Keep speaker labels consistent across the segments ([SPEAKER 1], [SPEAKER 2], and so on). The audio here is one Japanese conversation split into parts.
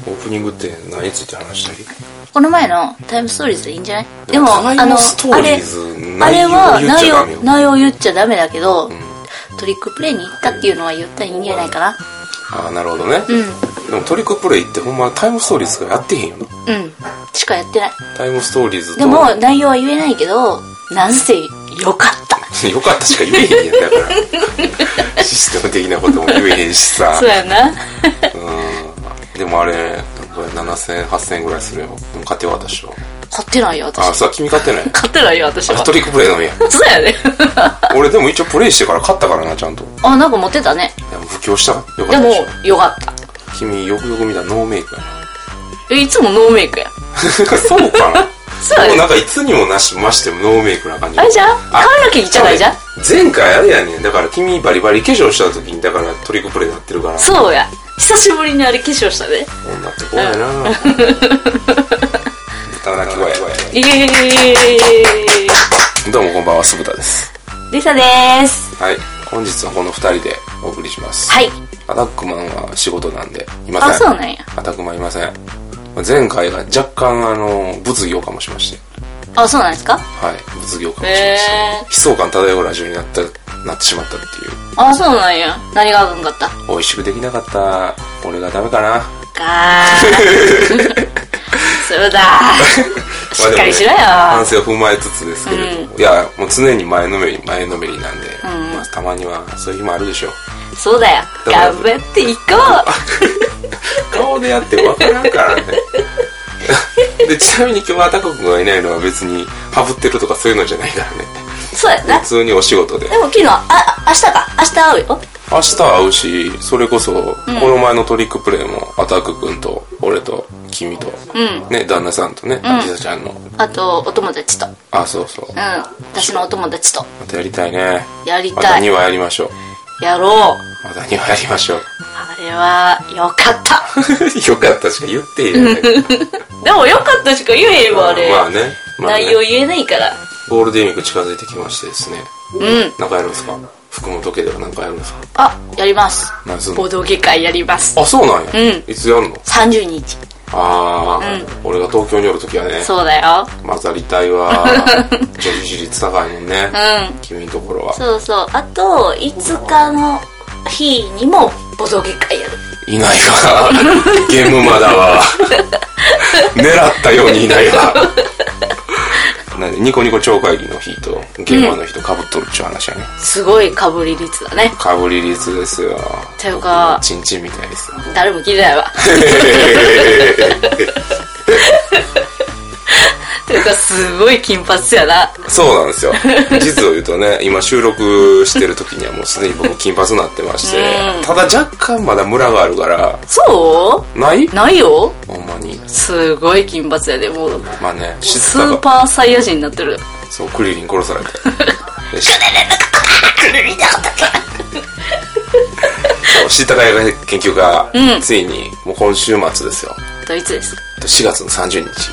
[SPEAKER 1] オープニングって何いつって話したり
[SPEAKER 2] この前のタイムストーリーズでいいんじゃないでも、あ
[SPEAKER 1] 互いの
[SPEAKER 2] の
[SPEAKER 1] スト、ー
[SPEAKER 2] あ
[SPEAKER 1] リ
[SPEAKER 2] れ
[SPEAKER 1] ー、ズ
[SPEAKER 2] あれは
[SPEAKER 1] 内
[SPEAKER 2] 内
[SPEAKER 1] 容を
[SPEAKER 2] 容
[SPEAKER 1] 言っちゃダメよ、
[SPEAKER 2] 内容言っちゃダメだけど、トリックプレイに行ったっていうのは言ったらいいんじゃないかな。
[SPEAKER 1] ああなるほどね、
[SPEAKER 2] うん、
[SPEAKER 1] でもトリックプレイってほんまタイムストーリーズがやってへんよな
[SPEAKER 2] うん、しかやってない。
[SPEAKER 1] タイムストーリーズと
[SPEAKER 2] でも、内容は言えないけど、なんせ、よかった。
[SPEAKER 1] よかったしか言えへんやんだから システム的なことも言えへんしさ
[SPEAKER 2] そうやな。
[SPEAKER 1] うんでもあれなんか7000円8000円ぐらいするよでも買ってよかったでしょ
[SPEAKER 2] 買ってないよ、私
[SPEAKER 1] あ。そう君買ってない
[SPEAKER 2] 買ってないよ、私
[SPEAKER 1] あ
[SPEAKER 2] は
[SPEAKER 1] ト。リックプレイのみや
[SPEAKER 2] そうやね。
[SPEAKER 1] 俺でも一応プレイしてから買ったからなちゃんと
[SPEAKER 2] あ、なんか持ってたね。
[SPEAKER 1] でも布教したからよか
[SPEAKER 2] で
[SPEAKER 1] った
[SPEAKER 2] も
[SPEAKER 1] でしょ、
[SPEAKER 2] よかった。
[SPEAKER 1] 君よくよく見たらノーメイクやな
[SPEAKER 2] えいつもノーメイクや。
[SPEAKER 1] そうかな
[SPEAKER 2] そうや
[SPEAKER 1] もう
[SPEAKER 2] ね
[SPEAKER 1] なんかいつにもなしましてもノーメイクな感じ
[SPEAKER 2] あれじゃん買わなきゃいけないじゃん
[SPEAKER 1] 前回あれやねんだから君バリバリ化粧した時にだからトリックプレイになってるから
[SPEAKER 2] そうや。久しぶりにあれ化粧したね。
[SPEAKER 1] 女って 怖いな豚鳴き声
[SPEAKER 2] イエーイ
[SPEAKER 1] どうもこんばんは酢豚です
[SPEAKER 2] リサです。
[SPEAKER 1] はい本日はこの二人でお送りします
[SPEAKER 2] はい。
[SPEAKER 1] アタックマンは仕事なんでいません
[SPEAKER 2] あ、そうなんや。
[SPEAKER 1] アタックマンいません前回が若干あの物議をかもしまして
[SPEAKER 2] あ、そうなんですか
[SPEAKER 1] はい物議をかもしま
[SPEAKER 2] へ
[SPEAKER 1] して
[SPEAKER 2] え
[SPEAKER 1] 悲壮感漂うラジオになったなってしまったっていう
[SPEAKER 2] ー。あ、そうなんや。何があかんかったか
[SPEAKER 1] 美味しくできなかった俺がダメかな
[SPEAKER 2] ー。そう だ。しっかりしろよ。
[SPEAKER 1] 反省を踏まえつつですけれども、いやもう常に前のめり前のめりなんで、まあ、たまにはそういう日もあるでしょう
[SPEAKER 2] そうだよ。
[SPEAKER 1] だから
[SPEAKER 2] 頑張っていこ
[SPEAKER 1] 顔でやって分からんからね でちなみに今日はタコ君がいないのは別にハブってるとかそういうのじゃないからね
[SPEAKER 2] う。そうやな。
[SPEAKER 1] 普通にお仕事で
[SPEAKER 2] でも昨日、あ、あ明日か。明日会うよ。
[SPEAKER 1] 明日会うしそれこそこの前のトリックプレイもアタック君と俺と君と、ね旦那さんとねあきさちゃんの、
[SPEAKER 2] あと、お友達と。うん。
[SPEAKER 1] あそうそう
[SPEAKER 2] 私のお友達と。
[SPEAKER 1] またやりたいね
[SPEAKER 2] やりた
[SPEAKER 1] ま
[SPEAKER 2] い
[SPEAKER 1] た2話やりましょう
[SPEAKER 2] やろう。
[SPEAKER 1] また2話やりましょう
[SPEAKER 2] あれは、よかった。
[SPEAKER 1] よかったしか言っていない
[SPEAKER 2] でもよかったしか言えへんわ、あれ。
[SPEAKER 1] まあね,、まあ、ね
[SPEAKER 2] 内容言えないから。
[SPEAKER 1] ゴールデンウィーク近づいてきましてですね
[SPEAKER 2] うん。
[SPEAKER 1] 何かやるんですか福本家では何かやるんですか
[SPEAKER 2] あ、やります。
[SPEAKER 1] 何すん
[SPEAKER 2] ボ
[SPEAKER 1] の
[SPEAKER 2] ードゲ会やります。
[SPEAKER 1] あそうなんや、
[SPEAKER 2] うん
[SPEAKER 1] いつやるの
[SPEAKER 2] 30日。
[SPEAKER 1] ああ、俺が東京におる時はね
[SPEAKER 2] そうだよ。
[SPEAKER 1] 混ざりたいわ女子比率高いもんね、
[SPEAKER 2] うん。
[SPEAKER 1] 君のところは
[SPEAKER 2] そうそう。あと、5日の日にも、ボードゲ会やる。
[SPEAKER 1] いないわゲームマだわ狙ったようにいないわなんでニコニコ超会議の日とゲームマの日とかぶっとるっちゅう話やね、
[SPEAKER 2] すごい被り率だね。
[SPEAKER 1] かぶり率ですよ
[SPEAKER 2] ていうか、
[SPEAKER 1] チンチンみたいですよ
[SPEAKER 2] 誰も聞いてないわ。ていうか、すごい金髪やな。
[SPEAKER 1] そうなんですよ実を言うとね今収録してる時にはもうすでに僕金髪になってましてただ若干まだムラがあるから
[SPEAKER 2] そ
[SPEAKER 1] ないう
[SPEAKER 2] ないよ
[SPEAKER 1] ほんまに
[SPEAKER 2] すごい金髪やで、もう。
[SPEAKER 1] まあね知
[SPEAKER 2] ス
[SPEAKER 1] っ
[SPEAKER 2] ー
[SPEAKER 1] たか
[SPEAKER 2] パーサイヤ人になってる。
[SPEAKER 1] そうクリリン殺されてでしそう知った大学研究が、ついにもう今週末ですよ
[SPEAKER 2] ドイツです。
[SPEAKER 1] 4月の30日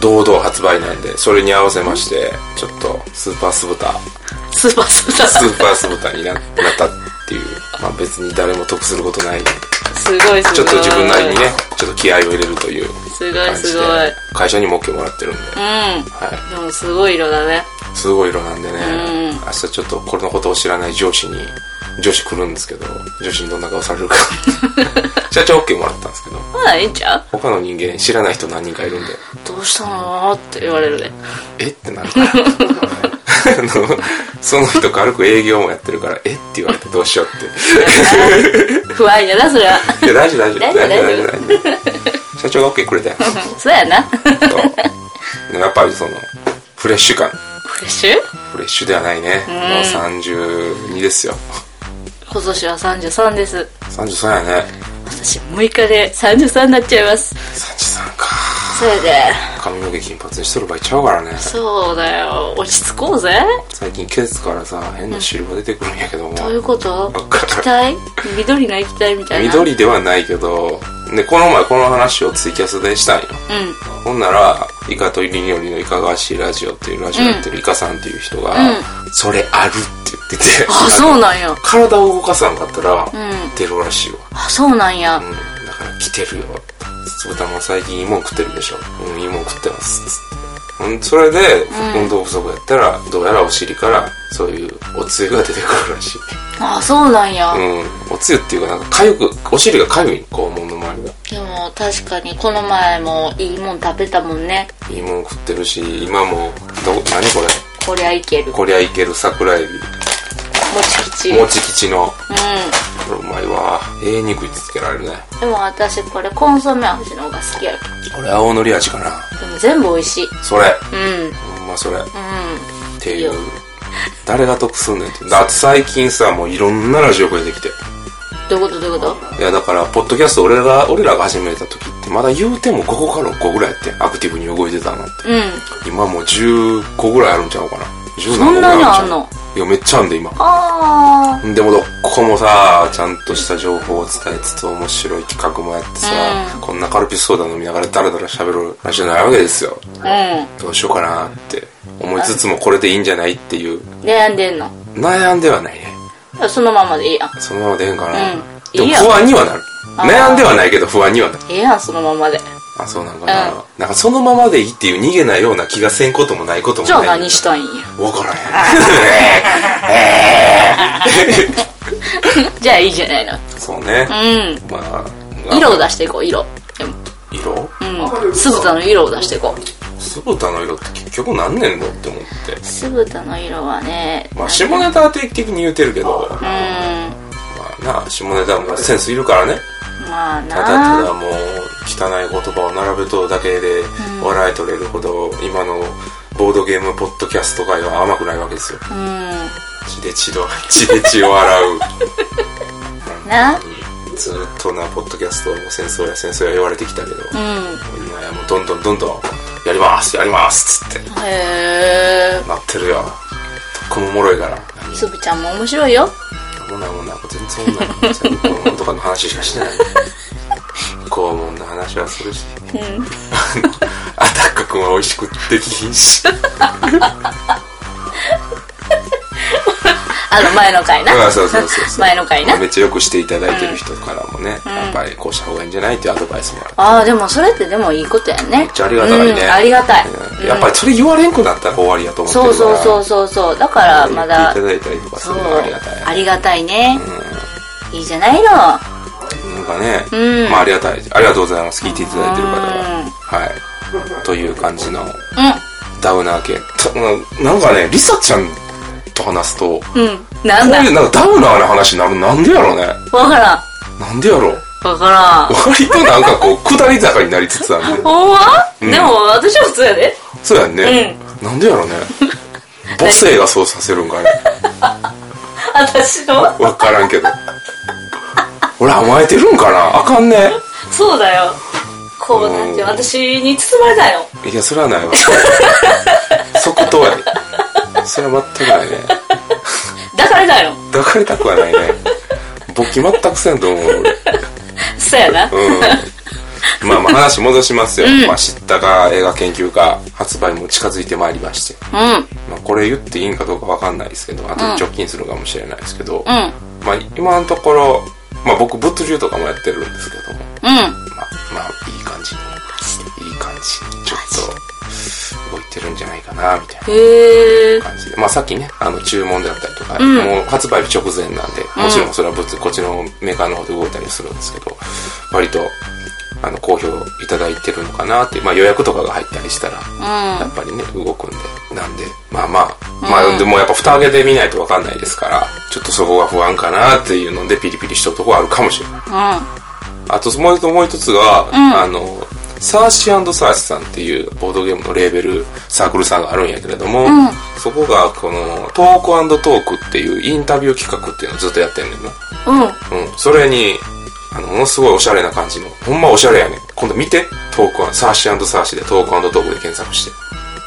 [SPEAKER 1] 堂々発売なんでそれに合わせましてちょっとスーパー酢豚
[SPEAKER 2] スーパースーパー
[SPEAKER 1] スーパー酢豚にななったっていう、まあ、別に誰も得することない
[SPEAKER 2] すごいすごい。
[SPEAKER 1] ちょっと自分なりにね。ちょっと気合を入れるという
[SPEAKER 2] すご
[SPEAKER 1] 感
[SPEAKER 2] い
[SPEAKER 1] じ
[SPEAKER 2] す
[SPEAKER 1] で
[SPEAKER 2] ごい。
[SPEAKER 1] 会社にも OK もらってるんで、
[SPEAKER 2] う
[SPEAKER 1] は
[SPEAKER 2] ん。でもすごい色だね。
[SPEAKER 1] い、すごい色なんでね、
[SPEAKER 2] うん
[SPEAKER 1] 明日ちょっとこれのことを知らない上司に上司来るんですけど上司にどんな顔さ れるか社長 OK もらったんですけど
[SPEAKER 2] まだいいんちゃう
[SPEAKER 1] 他の人間知らない人何人かいるんで
[SPEAKER 2] どうしたのって言われるね。
[SPEAKER 1] えってなるからあのその人軽く営業もやってるからえって言われてどうしようって
[SPEAKER 2] 不安やな、それは。
[SPEAKER 1] いや大丈夫大丈夫
[SPEAKER 2] 大丈夫
[SPEAKER 1] 大丈夫社長が OK くれたよ
[SPEAKER 2] そうやな。
[SPEAKER 1] そうでもやっぱりそのフレッシュ感
[SPEAKER 2] フレッシュ
[SPEAKER 1] フレッシュではないね、もう32ですよ
[SPEAKER 2] 今年は33です。
[SPEAKER 1] 33やね
[SPEAKER 2] 私、6日で33になっちゃいます。
[SPEAKER 1] 33か
[SPEAKER 2] それで、
[SPEAKER 1] 髪の毛金髪にしとる場合ちゃうからね
[SPEAKER 2] そうだよ。落ち着こうぜ。
[SPEAKER 1] 最近ケースからさ変な汁が出てくるんやけども、
[SPEAKER 2] どういうこと
[SPEAKER 1] わかる
[SPEAKER 2] 液体緑の液体みたいな。
[SPEAKER 1] 緑ではないけどでこの前この話をツイキャスでしたんよ
[SPEAKER 2] うん。
[SPEAKER 1] ほんならイカとリニオリのいかがわしいラジオっていうラジオやってるイカさんっていう人が、それあるって言ってて
[SPEAKER 2] あ、そうなんや。
[SPEAKER 1] 体を動かさんかったら、
[SPEAKER 2] ん
[SPEAKER 1] 出るらしいわ、
[SPEAKER 2] あ、そうなんや。
[SPEAKER 1] うん、だから来てるよそうたま最近いいもん食ってるでしょうんいいもん食ってますうんそれで運動不足やったらどうやらお尻からそういうおつゆが出てくるらしい
[SPEAKER 2] あそうなんや、
[SPEAKER 1] うんおつゆっていうかなんかかゆくお尻がかゆい肛門の周りが
[SPEAKER 2] でも確かにこの前もいいもん食べたもんね
[SPEAKER 1] いいもん食ってるし今もど何これ
[SPEAKER 2] こりゃいけるも
[SPEAKER 1] こりゃいける桜エビ
[SPEAKER 2] ち吉う
[SPEAKER 1] も
[SPEAKER 2] ん
[SPEAKER 1] ち吉のこれうまいわええ肉につけられるね
[SPEAKER 2] でも私これコンソメ味の方が好きやけ
[SPEAKER 1] これ青のり味かな
[SPEAKER 2] どでも全部美味しい
[SPEAKER 1] それ
[SPEAKER 2] うんうん
[SPEAKER 1] ほんまそれっていう誰が得すんねんってだって最近さもういろんなラジオが出てきて
[SPEAKER 2] どういうことどういうこと
[SPEAKER 1] いやだからポッドキャスト俺らが俺らが始めた時ってまだ言うても5個か6個ぐらいやってアクティブに動いてたのって
[SPEAKER 2] うん
[SPEAKER 1] 今もう10個ぐらいあるんちゃうかな10
[SPEAKER 2] そんなに
[SPEAKER 1] 何個ぐらい
[SPEAKER 2] あんの
[SPEAKER 1] いやめっちゃあんで今
[SPEAKER 2] あ
[SPEAKER 1] でもどこもさちゃんとした情報を伝えつつ面白い企画もやってさ、こんなカルピスソーダ飲みながらダラダラ喋る話じゃないわけですよ
[SPEAKER 2] あ
[SPEAKER 1] どうしようかなって思いつつもこれでいいんじゃないっていう
[SPEAKER 2] うん悩んでんの
[SPEAKER 1] 悩んではないね
[SPEAKER 2] そのままでいいやん
[SPEAKER 1] そのままでええんかな、
[SPEAKER 2] うん
[SPEAKER 1] で
[SPEAKER 2] いい
[SPEAKER 1] も
[SPEAKER 2] やん
[SPEAKER 1] 不安にはなる悩んではないけど不安にはなる
[SPEAKER 2] ええやんそのままで
[SPEAKER 1] あそうなんかな、
[SPEAKER 2] うん
[SPEAKER 1] なんかそのままでいいっていう逃げないような気がせんこともないことも
[SPEAKER 2] じ
[SPEAKER 1] ない
[SPEAKER 2] ゃあ何したいんや
[SPEAKER 1] 分からへ
[SPEAKER 2] じゃあいいじゃないの
[SPEAKER 1] んそうね、
[SPEAKER 2] う
[SPEAKER 1] まあ
[SPEAKER 2] ん色を出していこう色でも
[SPEAKER 1] 色
[SPEAKER 2] うん酢豚の色を出していこう
[SPEAKER 1] 酢豚の色って結局何年のって思って
[SPEAKER 2] 酢豚の色はね
[SPEAKER 1] まあ、下ネタは定期的に言うてるけど、ま
[SPEAKER 2] うん
[SPEAKER 1] あなあ、下ネタもセンスいるからね。
[SPEAKER 2] まあな
[SPEAKER 1] ただただもう、汚い言葉を並べとるだけで、笑い取れるほど、今のボードゲームポッドキャスト界は甘くないわけですよ。
[SPEAKER 2] うん
[SPEAKER 1] 血で血ど、血で血を洗う。
[SPEAKER 2] な
[SPEAKER 1] ずっとな、ポッドキャストも戦争や戦争や言われてきたけど、
[SPEAKER 2] うん
[SPEAKER 1] 今やもうどんどんどんどん、やりますやりますっつって、
[SPEAKER 2] へえ
[SPEAKER 1] なってるよ。とっくもおもろいから。
[SPEAKER 2] すぶちゃんも面白いよ
[SPEAKER 1] もうなもうな全然そんなの全部肛門とかの話しかしてない肛門の話はするし、アタック君は美味しくできひんしだ
[SPEAKER 2] あの前の回な
[SPEAKER 1] からそうそうそうそう
[SPEAKER 2] 前の回な
[SPEAKER 1] めっちゃよくしていただいてる人からもね、やっぱりこうした方がいいんじゃないっていうアドバイスもある
[SPEAKER 2] ああでもそれってでもいいことやねめ
[SPEAKER 1] っちゃありがたいね
[SPEAKER 2] ありがたい、
[SPEAKER 1] うんやっぱりそれ言われんくなったら終わりやと思ってる
[SPEAKER 2] そ
[SPEAKER 1] か
[SPEAKER 2] う
[SPEAKER 1] ら
[SPEAKER 2] そうそうそうそうだからまだ
[SPEAKER 1] 言っていただいたりとかす
[SPEAKER 2] そ
[SPEAKER 1] る
[SPEAKER 2] う
[SPEAKER 1] のはありがたい
[SPEAKER 2] ありがたいね、いいじゃないの
[SPEAKER 1] なんかね、
[SPEAKER 2] うん
[SPEAKER 1] まあありがたいありがとうございます聞いていただいてる方
[SPEAKER 2] うん
[SPEAKER 1] ははいという感じの
[SPEAKER 2] う
[SPEAKER 1] ダウナー系たななんかねリサちゃんと話すと、こ
[SPEAKER 2] んうんなん
[SPEAKER 1] う
[SPEAKER 2] だ
[SPEAKER 1] いうなんかダウナーな話になるなんでやろうね
[SPEAKER 2] わからん
[SPEAKER 1] なんでやろう
[SPEAKER 2] わからん
[SPEAKER 1] 割となんかこう下り坂になりつつあるね
[SPEAKER 2] ほんま、
[SPEAKER 1] ん
[SPEAKER 2] でも私は普通やで
[SPEAKER 1] そうやんね、なんでやろうね母性がそうさせるん かね
[SPEAKER 2] 私の
[SPEAKER 1] わからんけど俺甘えてるんかなあかんね
[SPEAKER 2] そうだよこうなんて私に包まれたよ
[SPEAKER 1] いやそれはないわ 即答やねそれは全くないね
[SPEAKER 2] 抱かれたよ
[SPEAKER 1] 抱かれたくはないね勃起全くせんと思う俺
[SPEAKER 2] そうやな
[SPEAKER 1] うんまあまあ話戻しますよ。まあ知ったか映画研究家発売も近づいてまいりまして。
[SPEAKER 2] うん
[SPEAKER 1] まあこれ言っていいんかどうかわかんないですけど、あと直近するかもしれないですけど、
[SPEAKER 2] うん
[SPEAKER 1] まあ今のところ、まあ僕物流とかもやってるんですけども、
[SPEAKER 2] うん
[SPEAKER 1] まあまあいい感じに、いい感じにちょっと動いてるんじゃないかな、みたいな。
[SPEAKER 2] へえ
[SPEAKER 1] 感じでまあさっきね、あの注文であったりとか、
[SPEAKER 2] ん
[SPEAKER 1] もう発売日直前なんで、もちろんそれは物、こっちのメーカーの方で動いたりするんですけど、割と、あの、好評いただいてるのかなっていう、まあ予約とかが入ったりしたら、やっぱりね、動くんで、なんで、まあまあ、まあでもやっぱ蓋開けてみないとわかんないですから、ちょっとそこが不安かなっていうのでピリピリしとるとこはあるかもしれない。
[SPEAKER 2] う
[SPEAKER 1] あともう一つもう一つが、あの、サーシーサーシさんっていうボードゲームのレーベルサークルさんがあるんやけれども、そこがこのトークトークっていうインタビュー企画っていうのをずっとやってんねんな。
[SPEAKER 2] んうん
[SPEAKER 1] うん。それに、あの、ものすごいおしゃれな感じの、ほんまおしゃれやねん。今度見て、トークサーシーサーシでトークトークで検索して。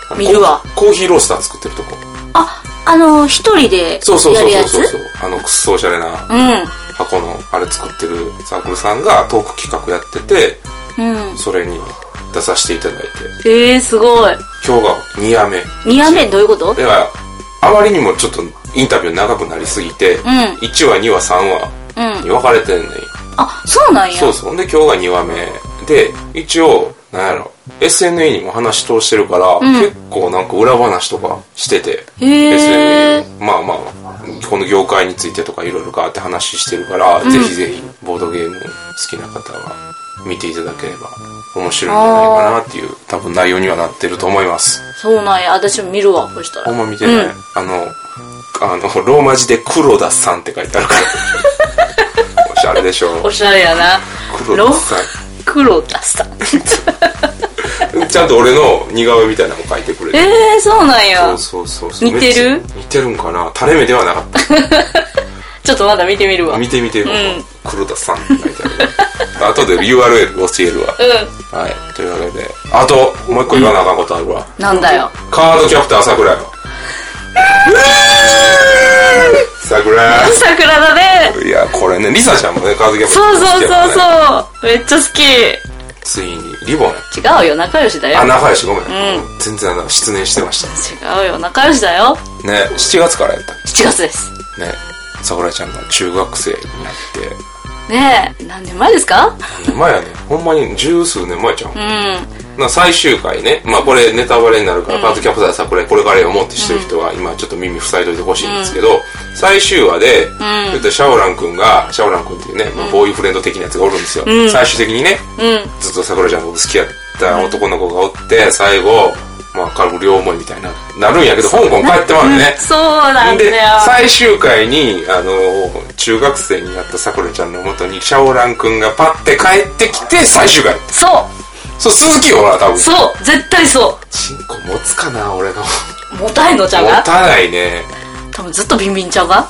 [SPEAKER 1] あの
[SPEAKER 2] 見るわ
[SPEAKER 1] コーコーヒーロースター作ってるとこ。
[SPEAKER 2] ああの一人で
[SPEAKER 1] そうそう
[SPEAKER 2] や
[SPEAKER 1] そう
[SPEAKER 2] るやつ
[SPEAKER 1] そうそう。あの、くっそおしゃれな
[SPEAKER 2] う
[SPEAKER 1] 箱のあれ作ってるサークルさんがトーク企画やってて、
[SPEAKER 2] んうん
[SPEAKER 1] それに出させていただいて、
[SPEAKER 2] ええすごい
[SPEAKER 1] 今日が2夜目。
[SPEAKER 2] 2夜目どういうこと
[SPEAKER 1] では、あまりにもちょっとインタビュー長くなりすぎて、
[SPEAKER 2] ん
[SPEAKER 1] 1話、2話、3話に分かれてんねん。
[SPEAKER 2] あそうなんや
[SPEAKER 1] そうそう。ほんで今日が2話目で一応なんやろ SNE にも話通してるから、結構なんか裏話とかしてて
[SPEAKER 2] へー
[SPEAKER 1] SNE まあまあこの業界についてとかいろいろかって話してるから、ぜひぜひボードゲーム好きな方は見ていただければ面白いんじゃないかなっていう多分内容にはなってると思います
[SPEAKER 2] そうなんや私も見るわそした
[SPEAKER 1] ほ
[SPEAKER 2] ら
[SPEAKER 1] んま見てない、あのあのローマ字で黒田さんって書いてあるから おしゃれでしょ
[SPEAKER 2] おしゃれやな
[SPEAKER 1] 黒田さん
[SPEAKER 2] 黒田 さん
[SPEAKER 1] ちゃんと俺の似顔絵みたいなのも書いてくれて。
[SPEAKER 2] えー、そうなん
[SPEAKER 1] そ
[SPEAKER 2] や
[SPEAKER 1] うそうそうそう。
[SPEAKER 2] 似てる
[SPEAKER 1] めっちゃ似てるんかな垂れ目ではなか っ
[SPEAKER 2] ちょっとまだ見てみるわ
[SPEAKER 1] た。
[SPEAKER 2] うん
[SPEAKER 1] 見て見て、黒田さんって書いてある。後で URL 教えるわ。はい。というわけで。あと、もう一個言わなあかんことあるわ。
[SPEAKER 2] なんだよ
[SPEAKER 1] カードキャプター朝倉よ。 桜。
[SPEAKER 2] 桜だね
[SPEAKER 1] いや、これね、リサちゃんもね、カードキャプタ
[SPEAKER 2] そう
[SPEAKER 1] ー好
[SPEAKER 2] そう
[SPEAKER 1] きや
[SPEAKER 2] そう
[SPEAKER 1] からね。
[SPEAKER 2] そうめっちゃ好き
[SPEAKER 1] ついに、リボン。
[SPEAKER 2] 違うよ仲良しだよ
[SPEAKER 1] あ、仲良し、ごめん。全然、あの、失念してまし
[SPEAKER 2] 違うよ仲良しだよ
[SPEAKER 1] た。ね、7月からやったっけ
[SPEAKER 2] 7月です
[SPEAKER 1] ね、桜井ちゃんが中学生になって、
[SPEAKER 2] ねえ何年前ですか
[SPEAKER 1] 何年前やねん、ほんまに十数年前じゃん。
[SPEAKER 2] うん
[SPEAKER 1] な最終回ね、まあこれネタバレになるから、カードキャプター桜井これから読もうってしてる人は、今ちょっと耳塞いといてほしいんですけど、最終話で、言ったらシャオラン君が、シャオラン君っていうね、まあ、ボーイフレンド的なやつがおるんですよ。最終的にね、
[SPEAKER 2] うん
[SPEAKER 1] ずっと桜井ちゃんのこと好きやった男の子がおって、最後、まあ軽く両思いみたいにななるんやけど、香港帰ってまうね。
[SPEAKER 2] そうなんだ
[SPEAKER 1] で
[SPEAKER 2] よ
[SPEAKER 1] 最終回にあの中学生になったさくらちゃんのもとにシャオランくんがパッて帰ってきて最終回
[SPEAKER 2] そ
[SPEAKER 1] そう鈴木よな多
[SPEAKER 2] う
[SPEAKER 1] 分
[SPEAKER 2] そう絶対そ
[SPEAKER 1] チンコ持つかな俺が持
[SPEAKER 2] うもたいのちゃんが
[SPEAKER 1] たないね
[SPEAKER 2] 多分ずっとビンビンちゃんが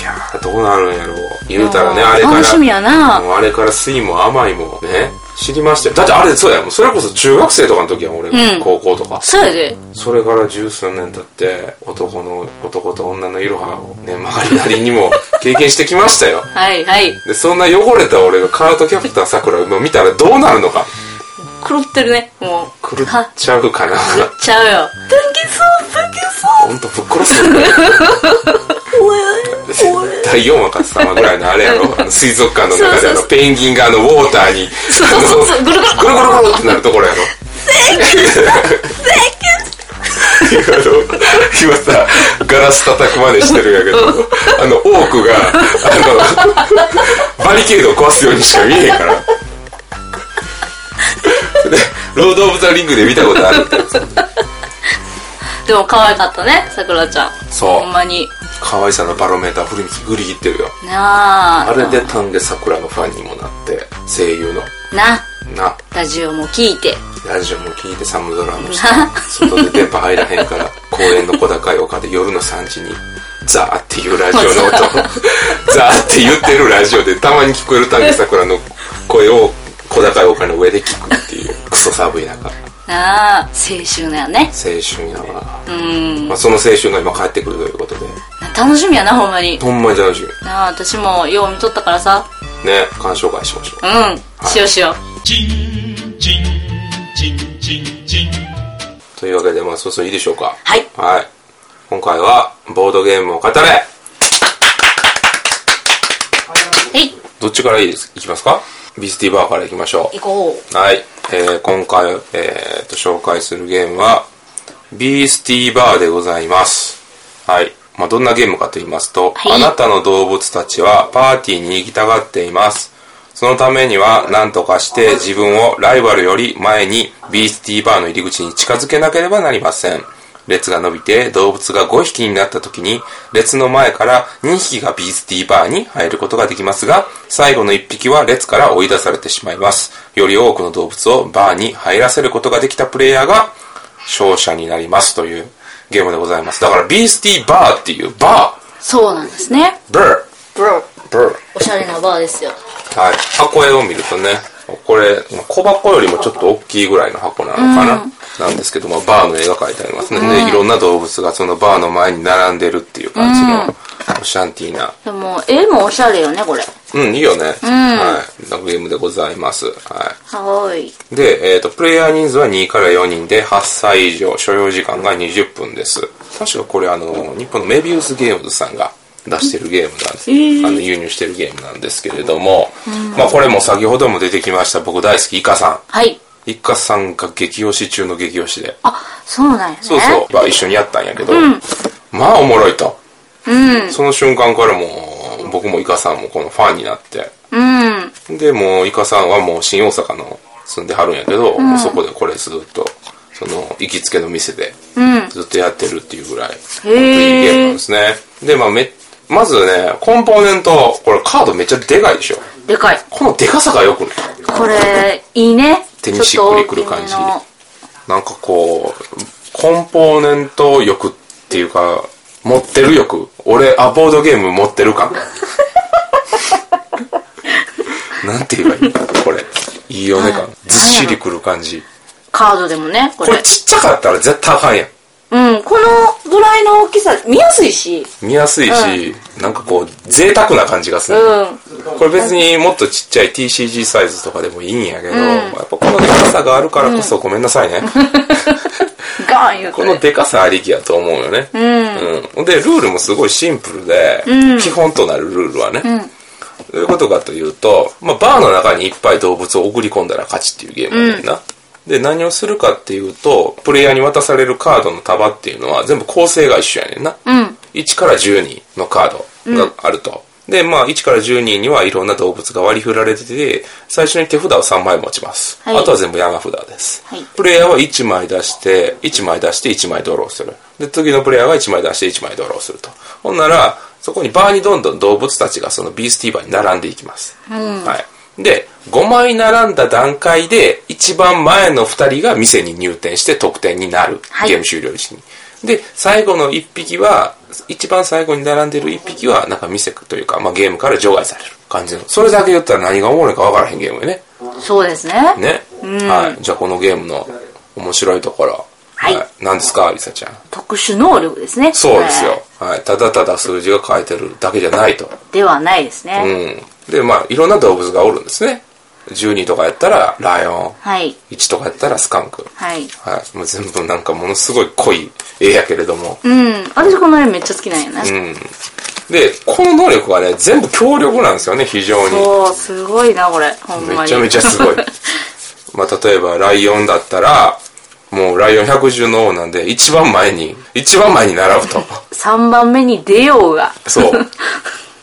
[SPEAKER 1] いやーどうなるんやろう言うたらねあれから
[SPEAKER 2] 楽しみやな
[SPEAKER 1] もうあれから酸いも甘いもね知りましたよだってあれそうやもうそれこそ中学生とかの時は俺、
[SPEAKER 2] うん
[SPEAKER 1] 高校とか
[SPEAKER 2] そうやで
[SPEAKER 1] それから十数年経って男の男と女のいろはをね曲がりなりにも経験してきましたよ
[SPEAKER 2] はいはい
[SPEAKER 1] で、そんな汚れた俺がカードキャプターさくらを見たらどうなるのか。
[SPEAKER 2] 狂ってるねもう
[SPEAKER 1] 狂っ
[SPEAKER 2] はっ
[SPEAKER 1] ちゃうかな。
[SPEAKER 2] ちゃうよ天気そう天気そ
[SPEAKER 1] ほんとぶっ殺すのかよ第4話か様ぐらいのあれやろあの水族館の中であ
[SPEAKER 2] そうそう
[SPEAKER 1] の
[SPEAKER 2] そ
[SPEAKER 1] ペンギンがあのウォーターに
[SPEAKER 2] そうそうそうぐるぐる
[SPEAKER 1] あのぐるぐるぐるってなるところやろあの今さガラス叩くまでしてるんやけどあのオークがあのバリケードを壊すようにしか見えへんからでロード・オブ・ザ・リングで見たことある
[SPEAKER 2] でも可愛かったねさくらちゃん
[SPEAKER 1] そう
[SPEAKER 2] ほんまに
[SPEAKER 1] 可愛さのバロメーター振り振り切ってるよ
[SPEAKER 2] なあ
[SPEAKER 1] あれで丹下桜のファンにもなって声優の
[SPEAKER 2] な
[SPEAKER 1] な
[SPEAKER 2] ラジオも聞いて
[SPEAKER 1] ラジオも聞いて寒空もして外で電波入らへんから公園の小高い丘で夜の3時にザーっていうラジオの音 ザーって言ってるラジオでたまに聞こえる丹下桜の声を小高い丘の上で聞くっていうクソ寒い中青
[SPEAKER 2] なあ青春だよね
[SPEAKER 1] 春やわ、
[SPEAKER 2] うん
[SPEAKER 1] まあ、その青春が今帰ってくるということで
[SPEAKER 2] 楽しみやなほんまに
[SPEAKER 1] ほんまに楽しみ
[SPEAKER 2] なあ私もよう見とったからさ
[SPEAKER 1] ね鑑賞会しましょう
[SPEAKER 2] うんしようしよう
[SPEAKER 3] 金金金金金。
[SPEAKER 1] というわけでまあそうそういいでしょうか
[SPEAKER 2] はい
[SPEAKER 1] はい。今回は、ボードゲームを語れ
[SPEAKER 2] はい
[SPEAKER 1] どっちからいいですいきますかビスティバーからいきましょ
[SPEAKER 2] 行こう
[SPEAKER 1] う。はい。えー、今回、えー、と、紹介するゲームは、ビースティバーでございます。はい。まあ、どんなゲームかと言いますと、
[SPEAKER 2] はい
[SPEAKER 1] あなたの動物たちはパーティーに行きたがっています。そのためには何とかして自分をライバルより前にビースティーバーの入り口に近づけなければなりません。列が伸びて動物が5匹になった時に列の前から2匹がビースティーバーに入ることができますが最後の1匹は列から追い出されてしまいます。より多くの動物をバーに入らせることができたプレイヤーが勝者になりますというゲームでございます。だからビースティーバーっていうバ
[SPEAKER 2] そうなんですね
[SPEAKER 1] ー、ブー、
[SPEAKER 2] ブロ
[SPEAKER 1] ブー。
[SPEAKER 2] おしゃれなバーですよ
[SPEAKER 1] はい。箱絵を見るとね、これ、小箱よりもちょっと大きいぐらいの箱なのかな、なんですけど、まあ、バーの絵が描いてありますね。で、いろんな動物がそのバーの前に並んでるっていう感じの、オシャンティーな。
[SPEAKER 2] でも絵もおしゃれよねこれ
[SPEAKER 1] うん、いいよね。はい。なゲームでございます。は
[SPEAKER 2] はーい
[SPEAKER 1] い。で、えっ、と、プレイヤー人数は2から4人で、8歳以上、所要時間が20分です。確かこれ、あの、日本のメビウスゲームズさんが出してるゲームなんです。
[SPEAKER 2] へー
[SPEAKER 1] あの、輸入してるゲームなんですけれども、まあこれも先ほども出てきました僕大好きイカさ
[SPEAKER 2] はい。
[SPEAKER 1] んイカさんが激推し中の激推しで
[SPEAKER 2] あ、そうなんやね。
[SPEAKER 1] そうそう、まあ、一緒にやったんやけど、まあおもろいと、その瞬間からもう僕もイカさんもこのファンになって
[SPEAKER 2] うん。
[SPEAKER 1] でもうイカさんはもう新大阪の住んではるんやけど、もうそこでこれずっとその行きつけの店で
[SPEAKER 2] うん。
[SPEAKER 1] ずっとやってるっていうぐらい、本当にいいゲームなんで
[SPEAKER 2] へえ。
[SPEAKER 1] すねで、まあ、めまずねコンポーネントこれカードめっちゃでかいでしょ
[SPEAKER 2] でかい。
[SPEAKER 1] このでかさがよくね
[SPEAKER 2] これ、いいね。
[SPEAKER 1] 手にしっくりくる感じ
[SPEAKER 2] ちょっと大き
[SPEAKER 1] なんかこうコンポーネント欲っていうか持ってる欲俺あボードゲーム持ってる感 なんて言えばいいかこれいいよね感ずっしりくる感じ
[SPEAKER 2] めのカードでもね、こ
[SPEAKER 1] こ
[SPEAKER 2] れ
[SPEAKER 1] れ。ちっちゃかったら絶対あかんやん
[SPEAKER 2] うん、このぐらいの大きさ、見やすいし。
[SPEAKER 1] 見やすいし、なんかこう贅沢な感じがす
[SPEAKER 2] う
[SPEAKER 1] る、
[SPEAKER 2] ん。
[SPEAKER 1] これ別にもっとちっちゃい TCG サイズとかでもいいんやけど、やっぱこのデカさがあるからこそごめんなさいね、
[SPEAKER 2] ガーン言う
[SPEAKER 1] こ
[SPEAKER 2] こ
[SPEAKER 1] の
[SPEAKER 2] れ。
[SPEAKER 1] デカさありきやと思うよね、うんでルールもすごいシンプルで、基本となるルールはね、どういうことかというと、まあ、バーの中にいっぱい動物を送り込んだら勝ちっていうゲームやねんな、で何をするかっていうとプレイヤーに渡されるカードの束っていうのは全部構成が一緒やねんな、
[SPEAKER 2] うん。
[SPEAKER 1] 1から12のカードがあると。で、まあ、1から12にはいろんな動物が割り振られてて、最初に手札を3枚持ちます。
[SPEAKER 2] はい
[SPEAKER 1] あとは全部山札です、
[SPEAKER 2] はい
[SPEAKER 1] プレイヤーは1枚出して、1枚出して1枚ドローする。で、次のプレイヤーが1枚出して1枚ドローすると。ほんなら、そこにバーにどんどん動物たちがそのビースティーバーに並んでいきます。はい。で、5枚並んだ段階で、一番前の2人が店に入店して得点になる。
[SPEAKER 2] はい
[SPEAKER 1] ゲーム終了時に。で、最後の1匹は、一番最後に並んでる1匹は、なんか店というか、まあゲームから除外される感じの。それだけ言ったら何がおもろいかわからへんゲームよね。
[SPEAKER 2] そうですね。
[SPEAKER 1] ね。はい。じゃあこのゲームの面白いところ。
[SPEAKER 2] はい
[SPEAKER 1] 何ですか、リサちゃん。
[SPEAKER 2] 特殊能力ですね。
[SPEAKER 1] そうですよ。はい。ただただ数字が書いてるだけじゃないと。
[SPEAKER 2] これ。ではないですね。
[SPEAKER 1] うん。で、まあ、いろんな動物がおるんですね。12とかやったらライオ
[SPEAKER 2] はい。
[SPEAKER 1] ン、1とかやったらスカンク。
[SPEAKER 2] はい。
[SPEAKER 1] はい。もう全部なんかものすごい濃い絵やけれども。
[SPEAKER 2] うん。私この絵めっちゃ好きなんやね。
[SPEAKER 1] で、この能力はね、全部強力なんですよね、非常に。
[SPEAKER 2] そう、すごいな、これ。ほんまに。
[SPEAKER 1] めちゃめちゃす ごい。まあ、例えば、ライオンだったら、もう、ライオン110の王なんで、一番前に、一番前に並ぶ と。
[SPEAKER 2] 3番目に出ようが。
[SPEAKER 1] そう。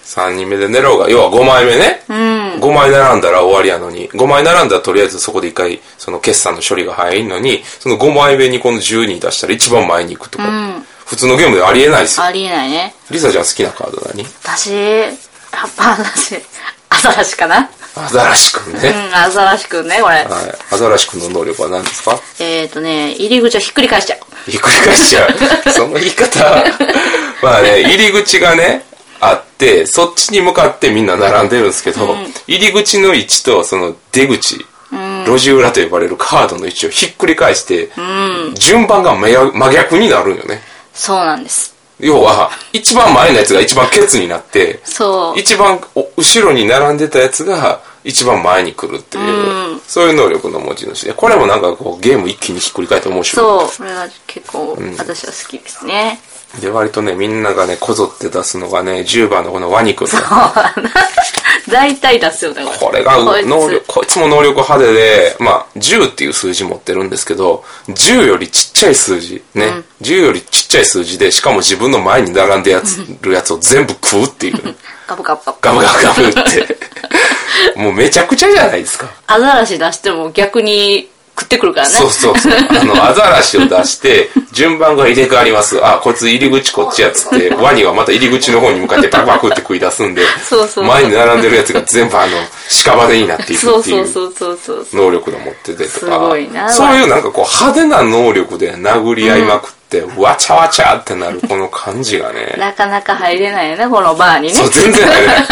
[SPEAKER 1] 3人目で寝ろうが、要は5枚目ね。5枚並んだら終わりやのに、5枚並んだらとりあえずそこで一回、その決算の処理が早いのに、その5枚目にこの12出したら一番前に行くとか。普通のゲームではありえないですよ。
[SPEAKER 2] ありえないね。
[SPEAKER 1] リサちゃん好きなカード何
[SPEAKER 2] 私、やっぱ 私、アザラシかな。
[SPEAKER 1] アザラシくん
[SPEAKER 2] う
[SPEAKER 1] ね。
[SPEAKER 2] ん、アザラシくんね、これ。
[SPEAKER 1] はい。アザラシくんの能力は何ですか
[SPEAKER 2] えっ、ー、とね、入り口をひっくり返しちゃう。
[SPEAKER 1] ひっくり返しちゃう。その言い方。まあね、入り口がね、あって、そっちに向かってみんな並んでるんですけど、入り口の位置とその出口、路地裏と呼ばれるカードの位置をひっくり返して、順番が真逆真逆になるんよね。
[SPEAKER 2] そうなんです。
[SPEAKER 1] 要は、一番前のやつが一番ケツになって、
[SPEAKER 2] そう。
[SPEAKER 1] 一番お後ろに並んでたやつが一番前に来るっていう、そういう能力の持ち主で、これもなんかこうゲーム一気にひっくり返って面白い。
[SPEAKER 2] そう。これは結構、私は好きですね。
[SPEAKER 1] で、割とね、みんながね、こぞって出すのがね、10番のこのワニ君。
[SPEAKER 2] 大体出すよね、
[SPEAKER 1] こ
[SPEAKER 2] これ。
[SPEAKER 1] れが
[SPEAKER 2] こいつ
[SPEAKER 1] 能力、こいつも能力派手で、まあ、10っていう数字持ってるんですけど、10よりちっちゃい数字、ね、10よりちっちゃい数字で、しかも自分の前に並んでやつ、るやつを全部食うっていう。
[SPEAKER 2] ガブガブガブ。
[SPEAKER 1] ガブガブガブっ て。もうめちゃくちゃじゃないですか。
[SPEAKER 2] アザラシ出しても逆に食ってくるからね。
[SPEAKER 1] そうそう そう。あの、アザラシを出して、順番が入れ替わります。あ、こいつ入り口こっちやっつって、ワニはまた入り口の方に向かってバクバクって食い出すんで、
[SPEAKER 2] そうそう
[SPEAKER 1] 前に並んでるやつが全部あの、屍になっていく
[SPEAKER 2] そう
[SPEAKER 1] ってい。
[SPEAKER 2] そううそうそうそう。
[SPEAKER 1] 能力の持っててとか。
[SPEAKER 2] すごいな
[SPEAKER 1] そういうなんかこう派手な能力で殴り合いまくって、わちゃわちゃってなるこの感じがね。
[SPEAKER 2] なかなか入れないよね、このバーにね。
[SPEAKER 1] そう、全然入れない。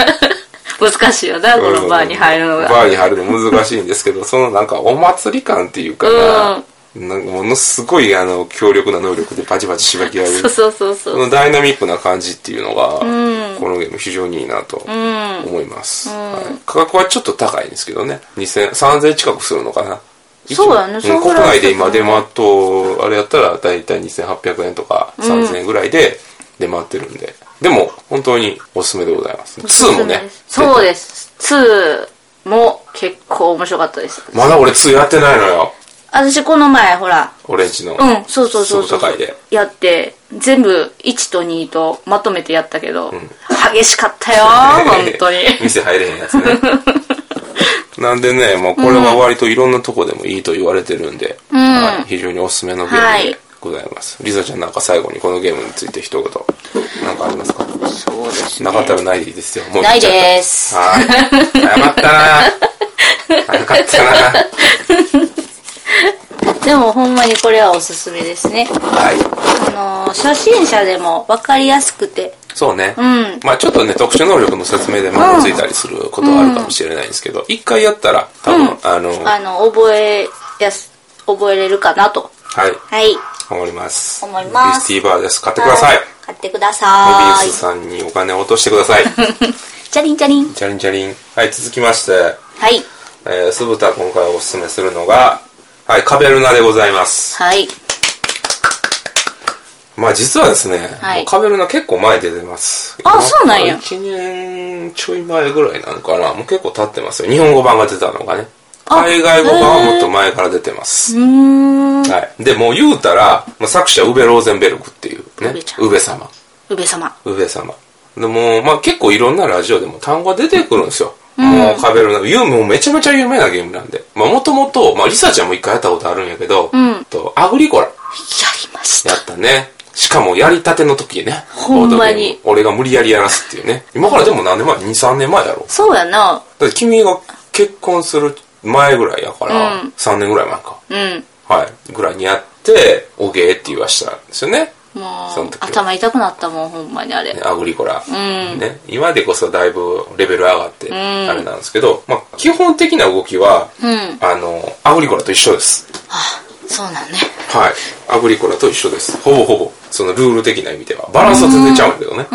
[SPEAKER 2] 難しいよな、このバーに入るのが。
[SPEAKER 1] バーに入るの難しいんですけ ど、そのなんかお祭り感っていうかな、なんかものすごいあの強力な能力でバチバチしばき合え
[SPEAKER 2] そう
[SPEAKER 1] る。
[SPEAKER 2] そうそう
[SPEAKER 1] そ
[SPEAKER 2] そ。
[SPEAKER 1] うのダイナミックな感じっていうのが、このゲーム非常にいいなと思います、はい価格はちょっと高いんですけどね。2000、3000近くするのかな。
[SPEAKER 2] そうだね
[SPEAKER 1] 一応ん
[SPEAKER 2] そんぐ
[SPEAKER 1] 国
[SPEAKER 2] らい
[SPEAKER 1] 内で今出回と、あれやったら大体2800円とか3000円ぐらいで出回ってるんで。でも、本当におすすめでございます。2もね。
[SPEAKER 2] そうです。2も結構面白かったです。
[SPEAKER 1] まだ俺2やってないのよ。
[SPEAKER 2] 私この前、ほら、
[SPEAKER 1] 俺んちの。
[SPEAKER 2] うん、そうそうそうそ
[SPEAKER 1] 総
[SPEAKER 2] う
[SPEAKER 1] 務会で。
[SPEAKER 2] やって、全部1と2とまとめてやったけど、激しかった よ、本当に。
[SPEAKER 1] 店入れへんやつね。なんでね、もうこれは割といろんなとこでもいいと言われてるんで、はい非常におすすめのゲームでございます。リザちゃんなんか最後にこのゲームについて一言、なんかありますか
[SPEAKER 2] そうですね
[SPEAKER 1] なかったらないでいいですよ。もう
[SPEAKER 2] ない
[SPEAKER 1] 言っちゃった
[SPEAKER 2] です。
[SPEAKER 1] はい。謝 ったな。よかったな。
[SPEAKER 2] でもほんまにこれはおすすめですね。
[SPEAKER 1] はい。
[SPEAKER 2] あのー、初心者でも分かりやすくて。
[SPEAKER 1] そうね。
[SPEAKER 2] ん
[SPEAKER 1] まあちょっとね、特殊能力の説明でもついたりすることはあるかもしれないんですけど、一回やったら、多分、あの、は
[SPEAKER 2] あの、覚えやす、覚えれるかなと。
[SPEAKER 1] い、
[SPEAKER 2] はい。
[SPEAKER 1] 思います。
[SPEAKER 2] 思います
[SPEAKER 1] ビスティーバーです。買ってください。
[SPEAKER 2] は買ってくだ
[SPEAKER 1] モ
[SPEAKER 2] さ
[SPEAKER 1] ビウスさんにお金を落としてくださ い。
[SPEAKER 2] い。チャリンチャリン。
[SPEAKER 1] チャリンチャリン。はい、続きまして、
[SPEAKER 2] はい。
[SPEAKER 1] えー、酢豚今回おすすめするのが、はい、カベルナでございます。
[SPEAKER 2] はい。
[SPEAKER 1] まあ実はですね、
[SPEAKER 2] はい
[SPEAKER 1] もうカベルナ結構前に出てます。
[SPEAKER 2] あそうなんや
[SPEAKER 1] 1年ちょい前ぐらいなんかな。もう結構経ってますよ。日本語版が出たのがね。
[SPEAKER 2] あ
[SPEAKER 1] 海外語版はもっと前から出てます。
[SPEAKER 2] うーん。
[SPEAKER 1] はい。で、もう言うたら、まあ、作者、ウベ・ローゼンベルクっていう
[SPEAKER 2] ウ
[SPEAKER 1] ね
[SPEAKER 2] ベち、ゃん
[SPEAKER 1] ウベ様。
[SPEAKER 2] 宇部様。
[SPEAKER 1] ウベ様。でも、まあ結構いろんなラジオでも単語が出てくるんですよ。もうカベルナ、有名、もうめちゃめちゃ有名なゲームなんで。まあもともと、まあリサちゃんも一回やったことあるんやけど、
[SPEAKER 2] ん
[SPEAKER 1] とアグリコラ
[SPEAKER 2] やりました。
[SPEAKER 1] やったね。しかもやりたての時ね。
[SPEAKER 2] ほんまに
[SPEAKER 1] ボードゲーム俺が無理やりやらすっていうね。今からでも何年前 ?2、3年前やろ。
[SPEAKER 2] そうやな。
[SPEAKER 1] だって君が結婚する前ぐらいやから、
[SPEAKER 2] うん
[SPEAKER 1] 3年ぐらい前か。
[SPEAKER 2] うん。
[SPEAKER 1] はい。ぐらいにやって、おげーって言わしたんですよね。
[SPEAKER 2] も
[SPEAKER 1] その
[SPEAKER 2] う、
[SPEAKER 1] 時は
[SPEAKER 2] 頭痛くなったもん、ほんまにあれ
[SPEAKER 1] ね。アグリコラ、
[SPEAKER 2] ん
[SPEAKER 1] ね、今でこそだいぶレベル上がって
[SPEAKER 2] ん
[SPEAKER 1] あれなんですけど、まあ、基本的な動きは、
[SPEAKER 2] うん。
[SPEAKER 1] あのアグリコラと一緒です
[SPEAKER 2] そうなんね。
[SPEAKER 1] はいアグリコラと一緒ですほぼほぼそのルール的な意味ではバランスは全然ちゃうんだけどね、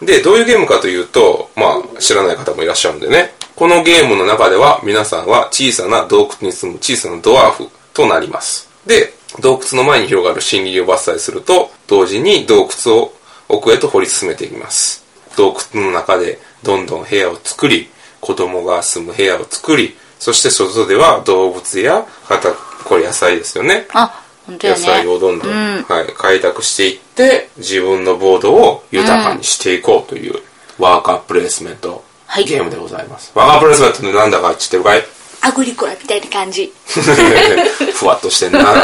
[SPEAKER 2] うん。
[SPEAKER 1] でどういうゲームかというと、まあ、知らない方もいらっしゃるんでねこのゲームの中では皆さんは小さな洞窟に住む小さなドワーフとなりますで洞窟の前に広がる森林を伐採すると同時に洞窟を奥へと掘り進めていきます洞窟の中でどんどん部屋を作り子供が住む部屋を作りそして外では動物や畑これ野菜ですよね
[SPEAKER 2] あ、本当や
[SPEAKER 1] 野
[SPEAKER 2] ね。
[SPEAKER 1] 菜をどんどん、
[SPEAKER 2] うん。
[SPEAKER 1] はい、開拓していって自分のボードを豊かにしていこうというワーカープレイスメント
[SPEAKER 2] はい
[SPEAKER 1] ゲームでございます、ワーカープレイスメントってなんだか知ってる かい
[SPEAKER 2] アグリコラみたいな感じ。
[SPEAKER 1] ふわっとしてんな、まあ、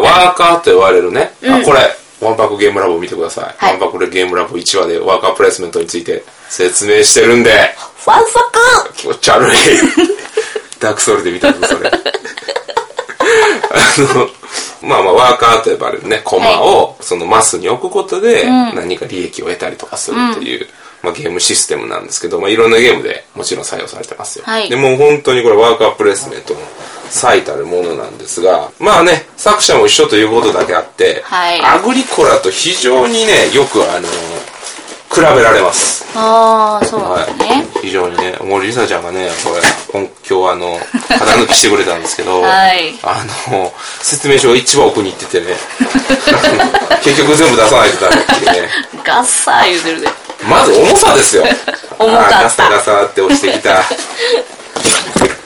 [SPEAKER 1] ワーカーと言われるね、あこれワンパクゲームラボ見てください、
[SPEAKER 2] はい
[SPEAKER 1] ワンパクゲームラボ1話でワーカープレイスメントについて説明してるんで
[SPEAKER 2] ワンサク
[SPEAKER 1] 気持ち悪いダークソウルで見たぞそれあのまあまあワーカーと呼ばれるねコマをそのマスに置くことで何か利益を得たりとかするっていう、まあ、ゲームシステムなんですけど、まあ、いろんなゲームでもちろん採用されてますよ、
[SPEAKER 2] はい
[SPEAKER 1] でもう本当にこれワーカープレイスメントの最たるものなんですがまあね作者も一緒ということだけあって、
[SPEAKER 2] はい
[SPEAKER 1] アグリコラと非常にねよくあの比べられます
[SPEAKER 2] ああ、そうな
[SPEAKER 1] は
[SPEAKER 2] んだね。
[SPEAKER 1] い、非常にね、もうリサちゃんがね、これ、今今日あの、肩抜きしてくれたんですけど、
[SPEAKER 2] はい
[SPEAKER 1] あの、説明書が一番奥に行っててね、 結局全部出さないとダメっていうね、
[SPEAKER 2] ガッサー言うてるで。
[SPEAKER 1] まず重さですよ。
[SPEAKER 2] 重かった
[SPEAKER 1] あーガサガサって落ちてきた。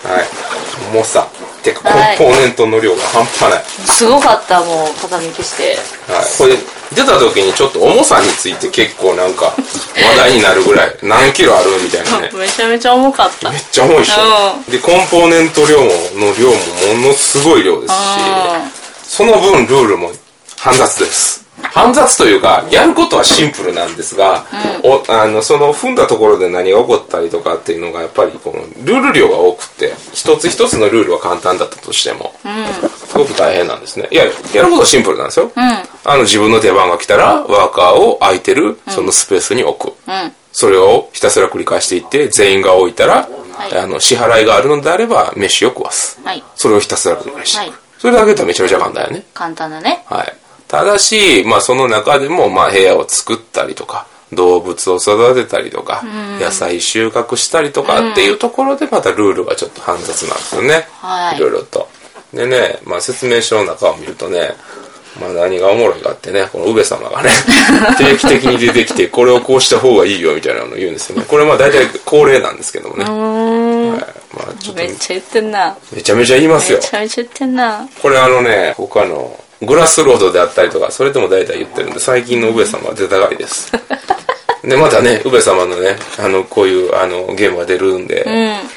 [SPEAKER 1] はい、重さ。てか、
[SPEAKER 2] はい
[SPEAKER 1] コンポーネントの量が半端ない。
[SPEAKER 2] すごかった、もう、傾きして。
[SPEAKER 1] はい、これ出た時にちょっと重さについて結構なんか話題になるぐらい何キロあるみたいなね
[SPEAKER 2] めちゃめちゃ重かった
[SPEAKER 1] め。っちゃ重いでしょ、でコンポーネント量もの量もものすごい量ですしその分ルールも煩雑です煩雑というかやることはシンプルなんですが、おあのその踏んだところで何が起こったりとかっていうのがやっぱりこのルール量が多くて一つ一つのルールは簡単だったとしても、すごく大変なんですねいややることはシンプルなんですよ、あの自分の出番が来たらワーカーを空いてるそのスペースに置く、
[SPEAKER 2] うん。
[SPEAKER 1] それをひたすら繰り返していって、全員が置いたら、
[SPEAKER 2] い
[SPEAKER 1] あの、支払いがあるのであれば、飯を食わす。
[SPEAKER 2] はい。
[SPEAKER 1] それをひたすら繰り返していく。
[SPEAKER 2] はい
[SPEAKER 1] それだけだとめちゃめちゃ簡単よね。
[SPEAKER 2] 簡単だね。
[SPEAKER 1] はい。ただし、まあその中でも、まあ部屋を作ったりとか、動物を育てたりとか、野菜収穫したりとかっていうところで、またルールがちょっと煩雑なんですよね。
[SPEAKER 2] はい
[SPEAKER 1] ろいろと。でね、まあ説明書の中を見るとね、まあ何がおもろいかってね、この宇部様 がね、定期的に出てきて、これをこうした方がいいよみたいなのを言うんですよね。これまあ大体恒例なんですけどもね。はいちょっと
[SPEAKER 2] めっちゃ言ってんな。
[SPEAKER 1] めちゃめちゃ言います
[SPEAKER 2] め
[SPEAKER 1] よ。
[SPEAKER 2] ちゃ めちゃ言ってんな。
[SPEAKER 1] これあのね、他の、グラスロードであったりとか、それでも大体言ってるんで、最近の上様は出たがり です。で、またね、上様のね、あの、こういう、あの、ゲームが出るんで、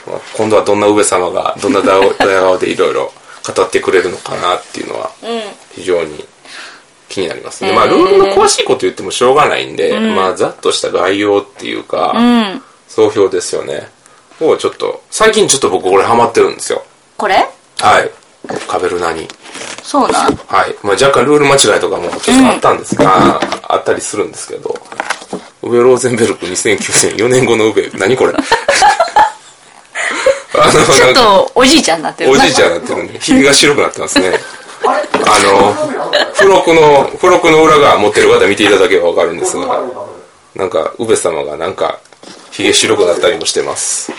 [SPEAKER 1] まあ今度はどんな上様が、どんな大大顔でいろいろ語ってくれるのかなっていうのは、非常に気になりますね。まあ、ルールの詳しいこと言ってもしょうがないんで、まあ、ざっとした概要っていうか、
[SPEAKER 2] うん。
[SPEAKER 1] 総評ですよね。をちょっと、最近ちょっと僕これハマってるんですよ。
[SPEAKER 2] これ
[SPEAKER 1] はい。カベルナに。
[SPEAKER 2] そうなん。
[SPEAKER 1] はい。まあ若干ルール間違いとかもちょっとあったんですが、あったりするんですけど、ウベローゼンベルク2009年4年後のウベ、何 これあの、な
[SPEAKER 2] ちょっ
[SPEAKER 1] んか、
[SPEAKER 2] と、おじいちゃんになってる
[SPEAKER 1] お
[SPEAKER 2] な。
[SPEAKER 1] じいちゃんになって るんで、ひげが白くなってますね。あの、付録の、付録の裏側持ってる方見ていただければわかるんですが、なんか、ウベ様がなんか、ひげ白くなったりもしてます。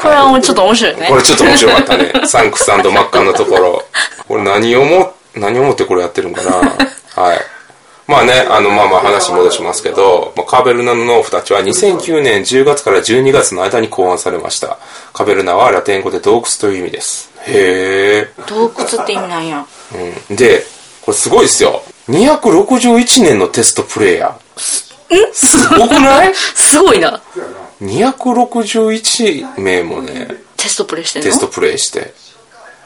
[SPEAKER 2] これはもうちょっと面白いね。
[SPEAKER 1] これちょっと面白かったね。サンクスマッカンのところ。これ何をも、何をもってこれやってるんかな。はい。まあね、あの、まあまあ話戻しますけど、まあカーベルナの農夫たちは2009年10月から12月の間に考案されました。カベルナはラテン語で洞窟という意味です。へえ。
[SPEAKER 2] 洞窟って意味なんや。
[SPEAKER 1] うんで、これすごいですよ。261年のテストプレイヤー。すごくない
[SPEAKER 2] すごいな。
[SPEAKER 1] ?261 名もね、
[SPEAKER 2] テストプレイしてんの
[SPEAKER 1] テストプレイして、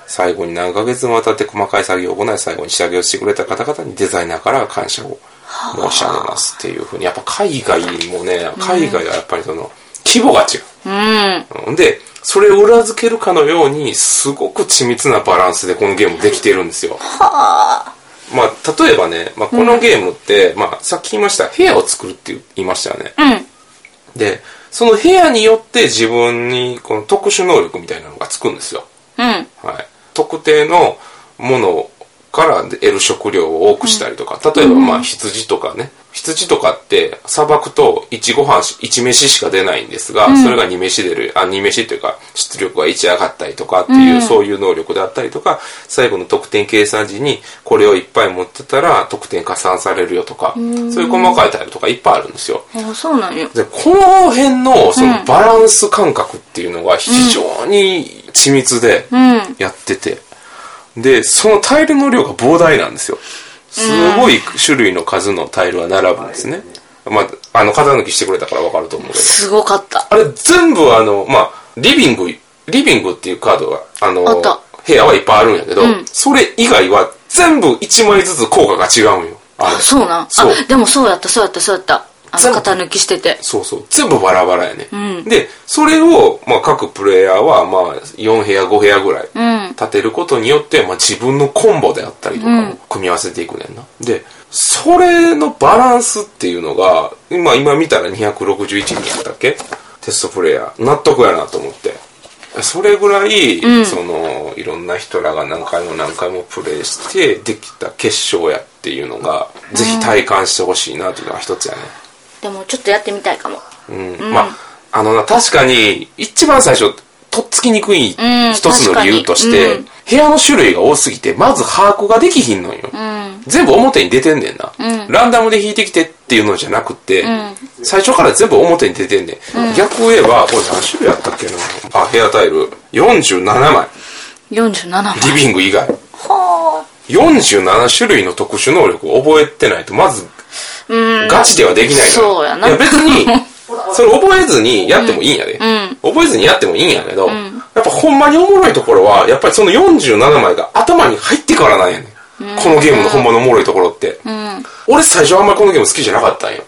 [SPEAKER 1] 最後に何ヶ月もわたって細かい作業を行い、最後に仕上げをしてくれた方々にデザイナーから感謝を申し上げますっていうふうに、やっぱ海外もね、海外はやっぱりその、規模が違う。
[SPEAKER 2] うん。
[SPEAKER 1] うんで、それを裏付けるかのように、すごく緻密なバランスでこのゲームできているんですよ。まあ、例えばね、まあ、このゲームって、まあ、さっき言いました、部屋を作るって言いましたよね。
[SPEAKER 2] うん。
[SPEAKER 1] で、その部屋によって自分にこの特殊能力みたいなのがつくんですよ。
[SPEAKER 2] うん。
[SPEAKER 1] はい、特定のものから得る食料を多くしたりとか、例えばまあ羊とかね、羊とかって砂漠と1ご飯し、1飯しか出ないんですが、それが2飯出る、あ、2飯というか出力が1上がったりとかっていう、そういう能力であったりとか、最後の得点計算時にこれをいっぱい持ってたら得点加算されるよとか、そういう細かいタイルとかいっぱいあるんですよ。
[SPEAKER 2] あ、そうなんや。
[SPEAKER 1] で、この辺のそのバランス感覚っていうのが非常に緻密で
[SPEAKER 2] ん
[SPEAKER 1] やってて、で、そのタイルの量が膨大なんですよ。すごい種類の数のタイルが並ぶんですね。まあ、あの、型抜きしてくれたからわかると思うけど。
[SPEAKER 2] すごかった。
[SPEAKER 1] あれ全部あの、まあ、リビング、リビングっていうカードが、あの、
[SPEAKER 2] あった
[SPEAKER 1] 部屋はいっぱいあるんやけど、
[SPEAKER 2] ん
[SPEAKER 1] それ以外は全部1枚ずつ効果が違うんよ。あれ
[SPEAKER 2] そうなん。あ
[SPEAKER 1] そう、
[SPEAKER 2] でもそうやった、そうやった、そうやった。あ
[SPEAKER 1] 全
[SPEAKER 2] の、
[SPEAKER 1] 部
[SPEAKER 2] 型抜きしてて。
[SPEAKER 1] そうそう。全部バラバラやね。
[SPEAKER 2] ん
[SPEAKER 1] で、それを、まあ、各プレイヤーは、まあ、4部屋、5部屋ぐらい
[SPEAKER 2] ん
[SPEAKER 1] 立てることによって、まあ、自分のコンボであったりとかを組み合わせていくねんな。で、それのバランスっていうのが、今、今見たら261人だったっけテストプレイヤー。納得やなと思って。それぐらい、その、いろんな人らが何回も何回もプレイしてできた結晶やっていうのが、ぜひ体感してほしいなというのが一つやね。
[SPEAKER 2] でもちょっとやってみたいかも。
[SPEAKER 1] うんまあ、あのな、確かに、一番最初、とっつきにくい
[SPEAKER 2] ん
[SPEAKER 1] 一つの理由として、
[SPEAKER 2] 確かにうん
[SPEAKER 1] 部屋の種類が多すぎて、まず把握ができひんのよ。
[SPEAKER 2] うん。
[SPEAKER 1] 全部表に出てんねんな、ランダムで引いてきてっていうのじゃなくて、最初から全部表に出てんねん。逆を言えば、これ何種類あったっけなあ、部屋タイル47枚。
[SPEAKER 2] 47枚。
[SPEAKER 1] リビング以外。
[SPEAKER 2] は
[SPEAKER 1] 47種類の特殊能力を覚えてないと、まず
[SPEAKER 2] あ。うん。
[SPEAKER 1] ガチではできないのよ
[SPEAKER 2] そうやない
[SPEAKER 1] や別 に、それ覚えずにやってもいいんやで。
[SPEAKER 2] ん
[SPEAKER 1] 覚えずにやってもいいんやけど、やっぱほんまにおもろいところは、やっぱりその47枚が頭に入ってからなんやねん。このゲームのほんまのおもろいところって。
[SPEAKER 2] うん。
[SPEAKER 1] 俺最初あんまりこのゲーム好きじゃなかったんよ。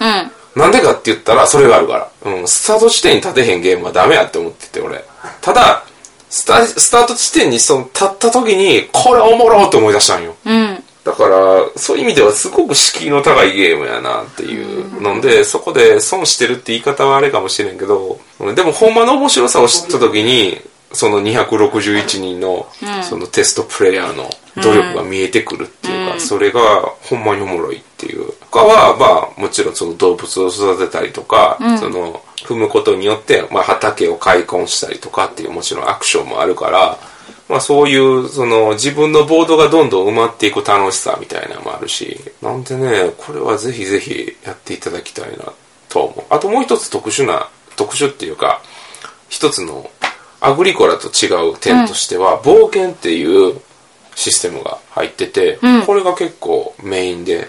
[SPEAKER 2] うん。
[SPEAKER 1] なんでかって言ったら、それがあるから。うん、スタート地点に立てへんゲームはダメやって思ってて、俺。ただ、スタスタート地点にその立った時に、これおもろって思い出したんよ。
[SPEAKER 2] うん。
[SPEAKER 1] だから、そういう意味ではすごく敷居の高いゲームやなっていうので、そこで損してるって言い方はあれかもしれんけど、でもほんまの面白さを知った時に、その261人の、そのテストプレイヤーの努力が見えてくるっていうか、それがほんまにおもろいっていう。他は、まあ、もちろんその動物を育てたりとか、その、踏むことによって、まあ、畑を開墾したりとかっていうもちろんアクションもあるから、まあそういう、その自分のボードがどんどん埋まっていく楽しさみたいなのもあるし、なんでね、これはぜひぜひやっていただきたいなとは思う。あともう一つ特殊な、特殊っていうか、一つのアグリコラと違う点としては、冒険っていうシステムが入ってて、
[SPEAKER 2] うん
[SPEAKER 1] これが結構メインで
[SPEAKER 2] へ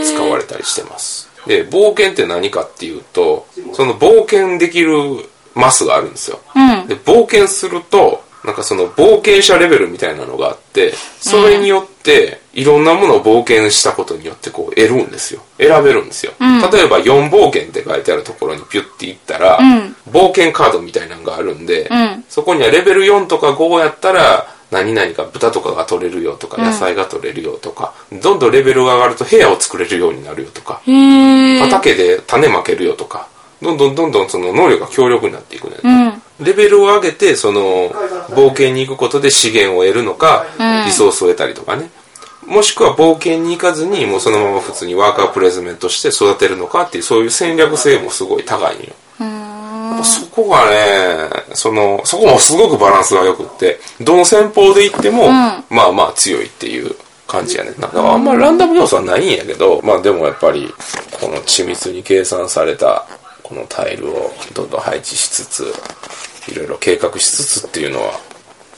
[SPEAKER 2] え
[SPEAKER 1] 使われたりしてます。で、冒険って何かっていうと、その冒険できるマスがあるんですよ。
[SPEAKER 2] うん
[SPEAKER 1] で、冒険すると、なんかその冒険者レベルみたいなのがあって、それによって、いろんなものを冒険したことによってこう得るんですよ。選べるんですよ。例えば4冒険って書いてあるところにピュッて行ったら、
[SPEAKER 2] ん
[SPEAKER 1] 冒険カードみたいなのがあるんで、
[SPEAKER 2] ん
[SPEAKER 1] そこにはレベル4とか5やったら、何々が豚とかが取れるよとか、野菜が取れるよとか、どんどんレベルが上がると部屋を作れるようになるよとか、
[SPEAKER 2] へえ
[SPEAKER 1] 畑で種まけるよとか、どんどんどんどんその能力が強力になっていくね。
[SPEAKER 2] うん
[SPEAKER 1] レベルを上げて、その、冒険に行くことで資源を得るのか、リソースを得たりとかね。もしくは冒険に行かずに、もうそのまま普通にワーカープレスメントして育てるのかっていう、そういう戦略性もすごい高いのよ。やっぱそこがね、その、そこもすごくバランスが良くって、どの戦法で行っても、まあまあ強いっていう感じやね。なんかあんまランダム要素はないんやけど、まあでもやっぱり、この緻密に計算された、このタイルをどんどん配置しつつ、いろいろ計画しつつっていうのは、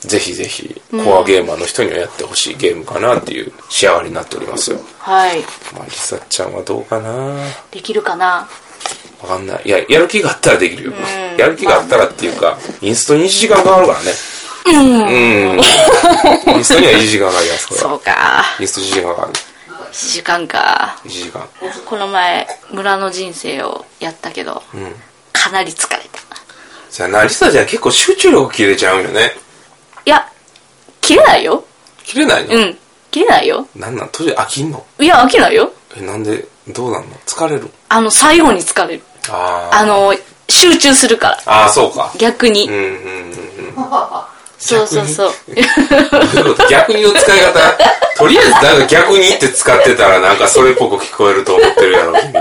[SPEAKER 1] ぜひぜひ、コアゲーマーの人にはやってほしいゲームかなっていう仕上がりになっておりますよ。
[SPEAKER 2] はい
[SPEAKER 1] まあ、リサちゃんはどうかな
[SPEAKER 2] できるかな
[SPEAKER 1] わかんない。いや、やる気があったらできるよ。やる気があったらっていうか、インストに1時間かかるからね。うん。インストには1時間かかりますから。
[SPEAKER 2] そうか
[SPEAKER 1] インスト1時間かかる。
[SPEAKER 2] 1時間か
[SPEAKER 1] 1時間。
[SPEAKER 2] この前村の人生をやったけど、かなり疲れた
[SPEAKER 1] じゃあ、なりさじゃん結構集中力切れちゃうよね。
[SPEAKER 2] いや切れないよ
[SPEAKER 1] 切れないの、
[SPEAKER 2] うん切れないよ
[SPEAKER 1] なんなん途中で飽きんの
[SPEAKER 2] いや飽きないよ
[SPEAKER 1] え、なんで、どうなんの疲れる
[SPEAKER 2] あの最後に疲れる
[SPEAKER 1] あー
[SPEAKER 2] あの集中するから
[SPEAKER 1] あー、そうか。
[SPEAKER 2] 逆に、
[SPEAKER 1] うんうんうんうん。
[SPEAKER 2] そうそうそう
[SPEAKER 1] ということで逆にの使い方、とりあえずなんか逆にって使ってたらなんかそれっぽく聞こえると思ってるやろ、君。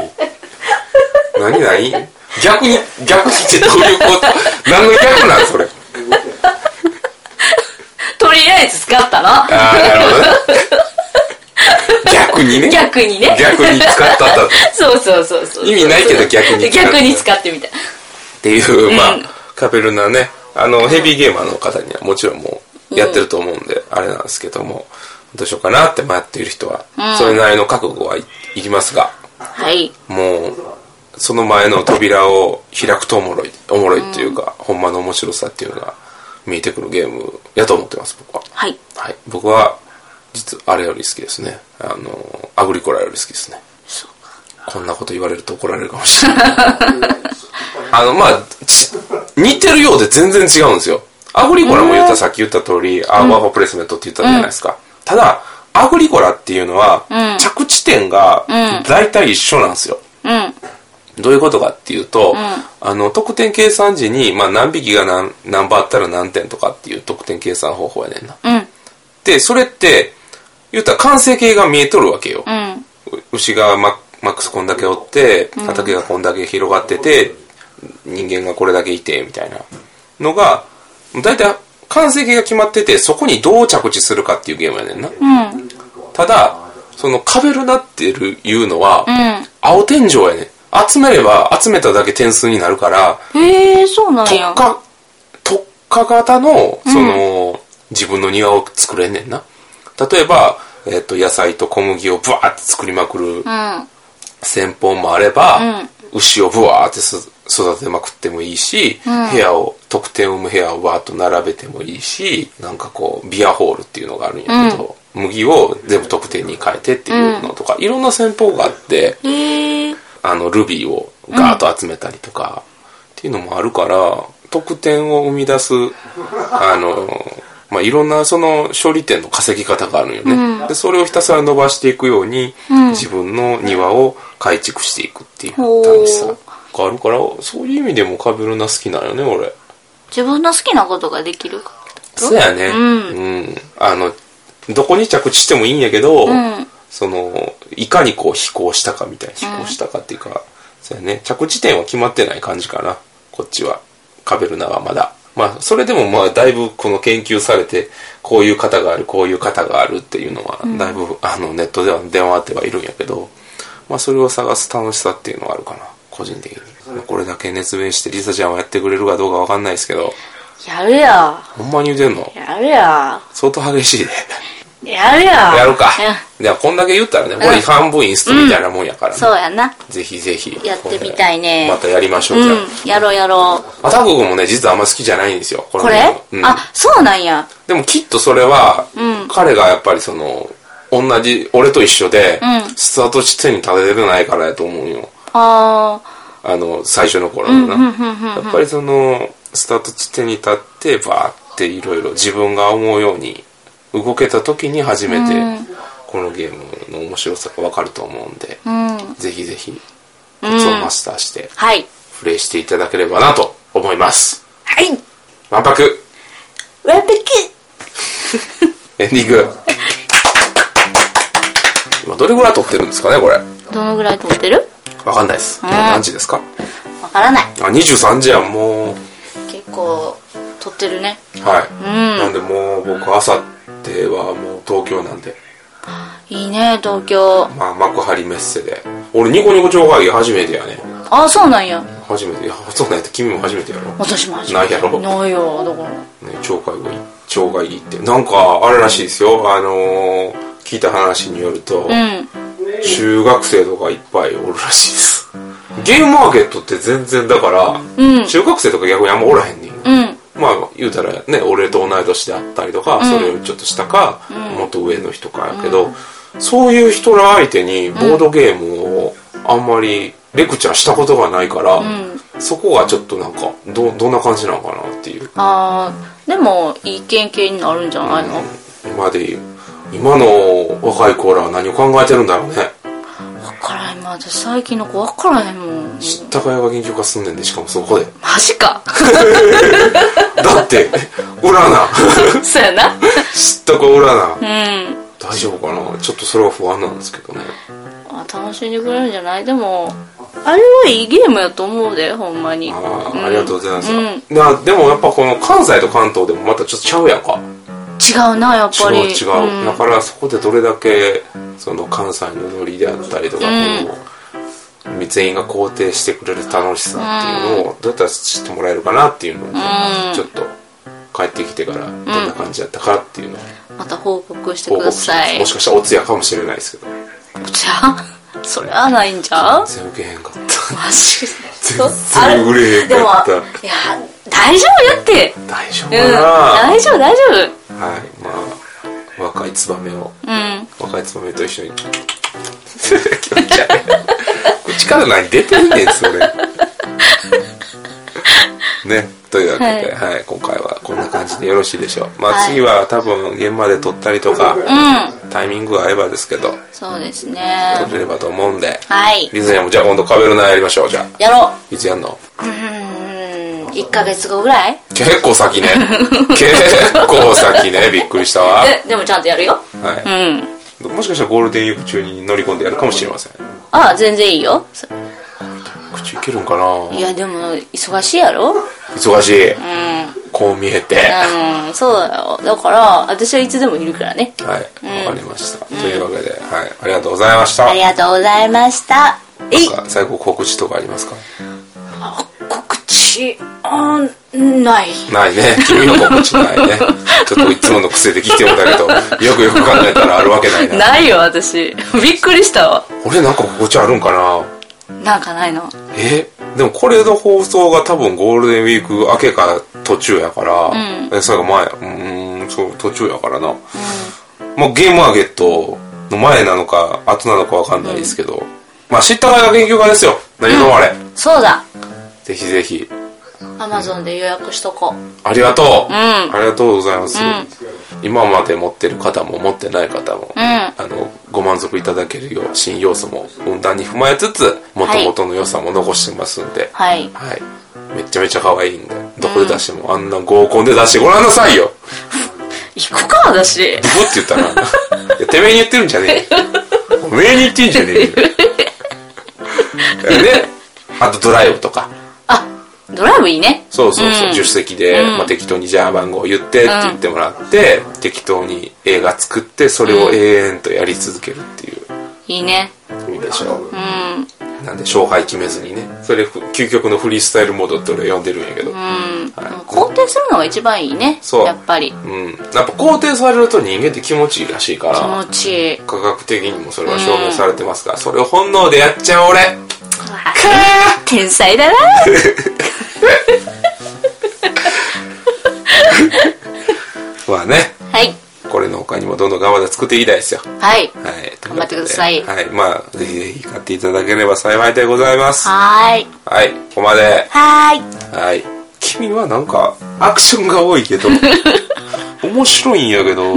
[SPEAKER 1] 何何逆に、逆にってどういうこと何の逆なんそれ。
[SPEAKER 2] とりあえず使ったな
[SPEAKER 1] ああ、なるほどね。逆にね。
[SPEAKER 2] 逆にね
[SPEAKER 1] 逆に使ったったと。
[SPEAKER 2] そうそうそうそう
[SPEAKER 1] 意味ないけど逆に使った
[SPEAKER 2] 逆に使ってみたい
[SPEAKER 1] っていう、まあ
[SPEAKER 2] うん、
[SPEAKER 1] カペルなね、あの、ヘビーゲーマーの方にはもちろんもう、やってると思うんで、あれなんですけども、どうしようかなって迷っている人は、それなりの覚悟はいいりますが、
[SPEAKER 2] はい
[SPEAKER 1] もうその前の扉を開くとおもろいおもろいっていうか、ほんまの面白さっていうのが見えてくるゲームやと思ってます僕は
[SPEAKER 2] はい
[SPEAKER 1] はい僕は実あれより好きですねあのアグリコラより好きですねこんなこと言われると怒られるかもしれないあのまあち似てるようで全然違うんですよアグリコラも言ったさっき言った通り、アーバーフォプレスメントって言ったじゃないですか、ただアグリコラっていうのは、着地点が大体一緒なんですよ、
[SPEAKER 2] うん
[SPEAKER 1] どういうことかっていうと、あの、得点計算時に、まあ、何匹が何、何番あったら何点とかっていう得点計算方法やねんな。
[SPEAKER 2] うん
[SPEAKER 1] で、それって、言ったら完成形が見えとるわけよ。
[SPEAKER 2] うん
[SPEAKER 1] 牛がママックスこんだけおって、畑がこんだけ広がってて、人間がこれだけいて、みたいなのが、大体完成形が決まってて、そこにどう着地するかっていうゲームやねんな。
[SPEAKER 2] うん
[SPEAKER 1] ただ、そのカベルナっていうのは、
[SPEAKER 2] ん
[SPEAKER 1] 青天井やねん。集めれば集めただけ点数になるから、
[SPEAKER 2] へえそうなん
[SPEAKER 1] 特
[SPEAKER 2] や
[SPEAKER 1] 化、特化型の、その、自分の庭を作れんねんな。例えば、えっと、野菜と小麦をブワーって作りまくる
[SPEAKER 2] うん
[SPEAKER 1] 戦法もあれば、牛をブワーってす育てまくってもいいし、部屋を、得点を生む部屋をバーッと並べてもいいし、なんかこう、ビアホールっていうのがあるんやけど、麦を全部得点に変えてっていうのとか、いろんな戦法があって、
[SPEAKER 2] へえ
[SPEAKER 1] あの、ルビーをガーッと集めたりとか、っていうのもあるから、得点を生み出す、あの、まあ、いろんなその勝利点の稼ぎ方があるよね、で。それをひたすら伸ばしていくように、自分の庭を改築していくっていう
[SPEAKER 2] ほう
[SPEAKER 1] 楽しさがあるから、そういう意味でもカベルナ好きなよね、俺。
[SPEAKER 2] 自分の好きなことができるか
[SPEAKER 1] そうやね。
[SPEAKER 2] うん
[SPEAKER 1] うんあの、どこに着地してもいいんやけど、
[SPEAKER 2] ん
[SPEAKER 1] その、いかにこう飛行したかみたいな、飛行したかっていうか、そうやね。着地点は決まってない感じかな。こっちは。カベルナはまだ。まあ、それでもまあ、だいぶこの研究されて、こういう方がある、こういう方があるっていうのは、だいぶ、あの、ネットでは出回ってはいるんやけど、まあ、それを探す楽しさっていうのはあるかな。個人的に。まあこれだけ熱弁して、リサちゃんはやってくれるかどうかわかんないですけど、
[SPEAKER 2] やるよ。
[SPEAKER 1] ほんまに言うてんの
[SPEAKER 2] やるよ。
[SPEAKER 1] 相当激しいで。
[SPEAKER 2] やるよ。
[SPEAKER 1] やるか
[SPEAKER 2] う。
[SPEAKER 1] じゃあ、こんだけ言ったらね、これ半分インストみたいなもんやから
[SPEAKER 2] ん
[SPEAKER 1] ね。
[SPEAKER 2] そうやな。
[SPEAKER 1] ぜひぜひ。
[SPEAKER 2] やってみたいね
[SPEAKER 1] またやりましょう、じゃあ。
[SPEAKER 2] うん。やろうやろう。
[SPEAKER 1] アタック君もね、実はあんま好きじゃないんですよ。こ
[SPEAKER 2] これ
[SPEAKER 1] うん、
[SPEAKER 2] あ、そうなんや。
[SPEAKER 1] でもきっとそれは、彼がやっぱりその、同じ、俺と一緒で、
[SPEAKER 2] うん
[SPEAKER 1] スタート地点に立ててないからやと思うよ。
[SPEAKER 2] あ
[SPEAKER 1] あの、最初の頃のな。やっぱりその、スタート地点に立って、バーっていろいろ自分が思うように動けた時に初めて、このゲームの面白さがわかると思うんで、
[SPEAKER 2] ー。うん。
[SPEAKER 1] ぜひぜひ、コツをマスターして、
[SPEAKER 2] はい。
[SPEAKER 1] プレイしていただければなと思います。
[SPEAKER 2] はい。
[SPEAKER 1] ワンパク
[SPEAKER 2] ワンペキ
[SPEAKER 1] エンディング。今どれぐらい撮ってるんですかね、これ。
[SPEAKER 2] どのぐらい撮ってる
[SPEAKER 1] わかんないです。今何時ですか
[SPEAKER 2] わからない。
[SPEAKER 1] あ、23時やん、もう。
[SPEAKER 2] 結構、撮ってるね。
[SPEAKER 1] はい。なんでもう僕、あさってはもう東京なんで、
[SPEAKER 2] いいね、東京。
[SPEAKER 1] まあ幕張メッセで。俺、ニコニコ超会議初めてやね。
[SPEAKER 2] あ、そうなんや。
[SPEAKER 1] 初めて。いや、そうなんやった君も初めてやろ。ね、
[SPEAKER 2] 私も初め
[SPEAKER 1] な
[SPEAKER 2] て
[SPEAKER 1] いやろ
[SPEAKER 2] ないよ、だから。
[SPEAKER 1] 超会議、超会議って。なんか、あれらしいですよ。あのー聞いた話によると、
[SPEAKER 2] うん。
[SPEAKER 1] 中学生とかいっぱいおるらしいです。ゲームマーケットって全然だから、
[SPEAKER 2] うん
[SPEAKER 1] 中学生とか逆にあんまおらへんねん。
[SPEAKER 2] うん。
[SPEAKER 1] まあ言うたらね俺と同い年であったりとか、それよりちょっと下か、もっと上の人かやけど、そういう人ら相手にボードゲームをあんまりレクチャーしたことがないから、そこがちょっとなんかどどんな感じなのかなっていう
[SPEAKER 2] あー、でも、いい経験になるんじゃないの、
[SPEAKER 1] 今で言う今の若い子らは何を考えてるんだろうね
[SPEAKER 2] 分からへんまだ最近の子分からへんもん
[SPEAKER 1] 知ったかいが研究家すんねんでしかもそこで
[SPEAKER 2] マ ジか
[SPEAKER 1] だって 裏な
[SPEAKER 2] そうやな
[SPEAKER 1] 知ったか裏な
[SPEAKER 2] うん
[SPEAKER 1] 大丈夫かなちょっとそれは不安なんですけどね
[SPEAKER 2] あ楽しんでくれるんじゃないでもあれはいいゲームやと思うでほんまに
[SPEAKER 1] あーありがとうございます、
[SPEAKER 2] うん
[SPEAKER 1] なでもやっぱこの関西と関東でもまたちょっとちゃうやんか
[SPEAKER 2] 違うなやっぱり
[SPEAKER 1] 違う違う、
[SPEAKER 2] ん
[SPEAKER 1] だからそこでどれだけその関西のノリであったりとか、
[SPEAKER 2] ん
[SPEAKER 1] この全員が肯定してくれる楽しさっていうのをどうやったら知ってもらえるかなっていうのを、ちょっと帰ってきてからどんな感じだったかっていうのを
[SPEAKER 2] また報告して
[SPEAKER 1] 報
[SPEAKER 2] く
[SPEAKER 1] 告
[SPEAKER 2] だ
[SPEAKER 1] し
[SPEAKER 2] さ
[SPEAKER 1] ます
[SPEAKER 2] い
[SPEAKER 1] もしかしたらお通夜かもしれないですけど
[SPEAKER 2] じゃあそれはないんじゃう
[SPEAKER 1] 全然受けへんかった
[SPEAKER 2] マジで
[SPEAKER 1] 全然売れへんかった
[SPEAKER 2] あれでもいや大丈夫やって
[SPEAKER 1] 大丈夫
[SPEAKER 2] うん
[SPEAKER 1] か
[SPEAKER 2] 大丈夫大丈
[SPEAKER 1] な、はいまあ若いツバメを
[SPEAKER 2] 夫うん
[SPEAKER 1] 若いつまみと一緒に気持ち悪い口から何出てんねんそれねというわけで、はい今回はこんな感じでよろしいでしょうまあ、
[SPEAKER 2] はい
[SPEAKER 1] 次は多分現場で撮ったりとか、
[SPEAKER 2] う
[SPEAKER 1] タイミングが合えばですけど
[SPEAKER 2] そうですね
[SPEAKER 1] 撮れればと思うんで、
[SPEAKER 2] はい
[SPEAKER 1] リズヤもじゃあ今度カベルナやりましょうじゃあ
[SPEAKER 2] やろう
[SPEAKER 1] いつやんの
[SPEAKER 2] うーん1ヶ月後ぐらい
[SPEAKER 1] 結構先 ね結構先ねびっくりしたわ、
[SPEAKER 2] えでもちゃんとやるよ
[SPEAKER 1] は
[SPEAKER 2] うん
[SPEAKER 1] い、もしかしたらゴールデンウィーク中に乗り込んでやるかもしれません
[SPEAKER 2] ああ全然いいよそ
[SPEAKER 1] 口いけるんかない
[SPEAKER 2] やでも忙しいやろ
[SPEAKER 1] 忙しい、
[SPEAKER 2] うん
[SPEAKER 1] こう見えて、
[SPEAKER 2] うんそうだよだから私はいつでもいるからね
[SPEAKER 1] はい、わかりました。というわけで、はい、ありがとうございました。
[SPEAKER 2] ありがとうございましたえい
[SPEAKER 1] なんか最後告知とかありますか
[SPEAKER 2] あ告知あない
[SPEAKER 1] ないね。 君の告知ない ね。ちょっといつもの癖で聞いてもだけど、よくよく考えたらあるわけないな。
[SPEAKER 2] ないよ私びっくりしたわ
[SPEAKER 1] 俺なんか告知あるんかな
[SPEAKER 2] なんかないの
[SPEAKER 1] えでもこれの放送が多分ゴールデンウィーク明けか途中やから、えそれが前、うーん、そう、途中やからな。まあゲームマーケットの前なのか、後なのかわかんないですけど、まあ知ったかが研究家ですよ。何ともあれ。
[SPEAKER 2] そうだ
[SPEAKER 1] ぜひぜひ。
[SPEAKER 2] アマゾンで予約しとこう
[SPEAKER 1] ありがとう、
[SPEAKER 2] ん
[SPEAKER 1] ありがとうございます、今まで持ってる方も持ってない方も、あのご満足いただけるよう新要素もふんだんに踏まえつつ元々の良さも残してますんで、
[SPEAKER 2] はい
[SPEAKER 1] はいめちゃめちゃ可愛いんでどこで出しても、あんな合コンで出してごらんなさいよ
[SPEAKER 2] 行くか私
[SPEAKER 1] ブって言ったら いやてめえに言ってるんじゃねえよおめえに言ってんじゃね えよねあとドライブとか
[SPEAKER 2] あドライブいいね
[SPEAKER 1] そうそうそう、助手席で、まあ、適当にじゃあ番号言ってって言ってもらって、適当に映画作ってそれを永遠とやり続けるっていう
[SPEAKER 2] いいね
[SPEAKER 1] 意味でしょう、なんで勝敗決めずにねそれふ究極のフリースタイルモードって俺呼んでるんやけど、はい
[SPEAKER 2] 肯定するのが一番いいね
[SPEAKER 1] そう
[SPEAKER 2] やっぱり
[SPEAKER 1] うん、やっぱ肯定されると人間って気持ちいいらしいから
[SPEAKER 2] 気持ちいい
[SPEAKER 1] 科学的にもそれは証明されてますから、それを本能でやっちゃう俺
[SPEAKER 2] 天才だな
[SPEAKER 1] はね
[SPEAKER 2] はい
[SPEAKER 1] これの他にもどんどん頑張って作っていきたいですよ
[SPEAKER 2] は
[SPEAKER 1] は
[SPEAKER 2] い
[SPEAKER 1] い
[SPEAKER 2] 頑張ってください
[SPEAKER 1] はいまあぜひぜひ買っていただければ幸いでございますは
[SPEAKER 2] はーい
[SPEAKER 1] いここまで
[SPEAKER 2] はーい
[SPEAKER 1] はい君はなんかアクションが多いけ ど面白いんやけど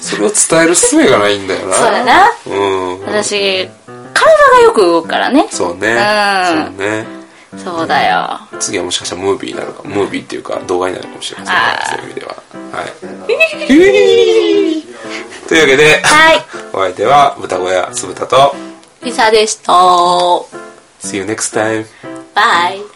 [SPEAKER 1] それを伝える術がないんだよな
[SPEAKER 2] そうだな
[SPEAKER 1] うん
[SPEAKER 2] 私体がよく動くからね
[SPEAKER 1] そうね
[SPEAKER 2] う
[SPEAKER 1] そうね
[SPEAKER 2] そうだよ
[SPEAKER 1] 次はもしかしたらムービーになるかムービーっていうか動画になるかもしれません
[SPEAKER 2] あー
[SPEAKER 1] そういう 意味でははいというわけで
[SPEAKER 2] はい
[SPEAKER 1] お相手は豚小屋酢豚と
[SPEAKER 2] ピザでした
[SPEAKER 1] See you next time
[SPEAKER 2] バイ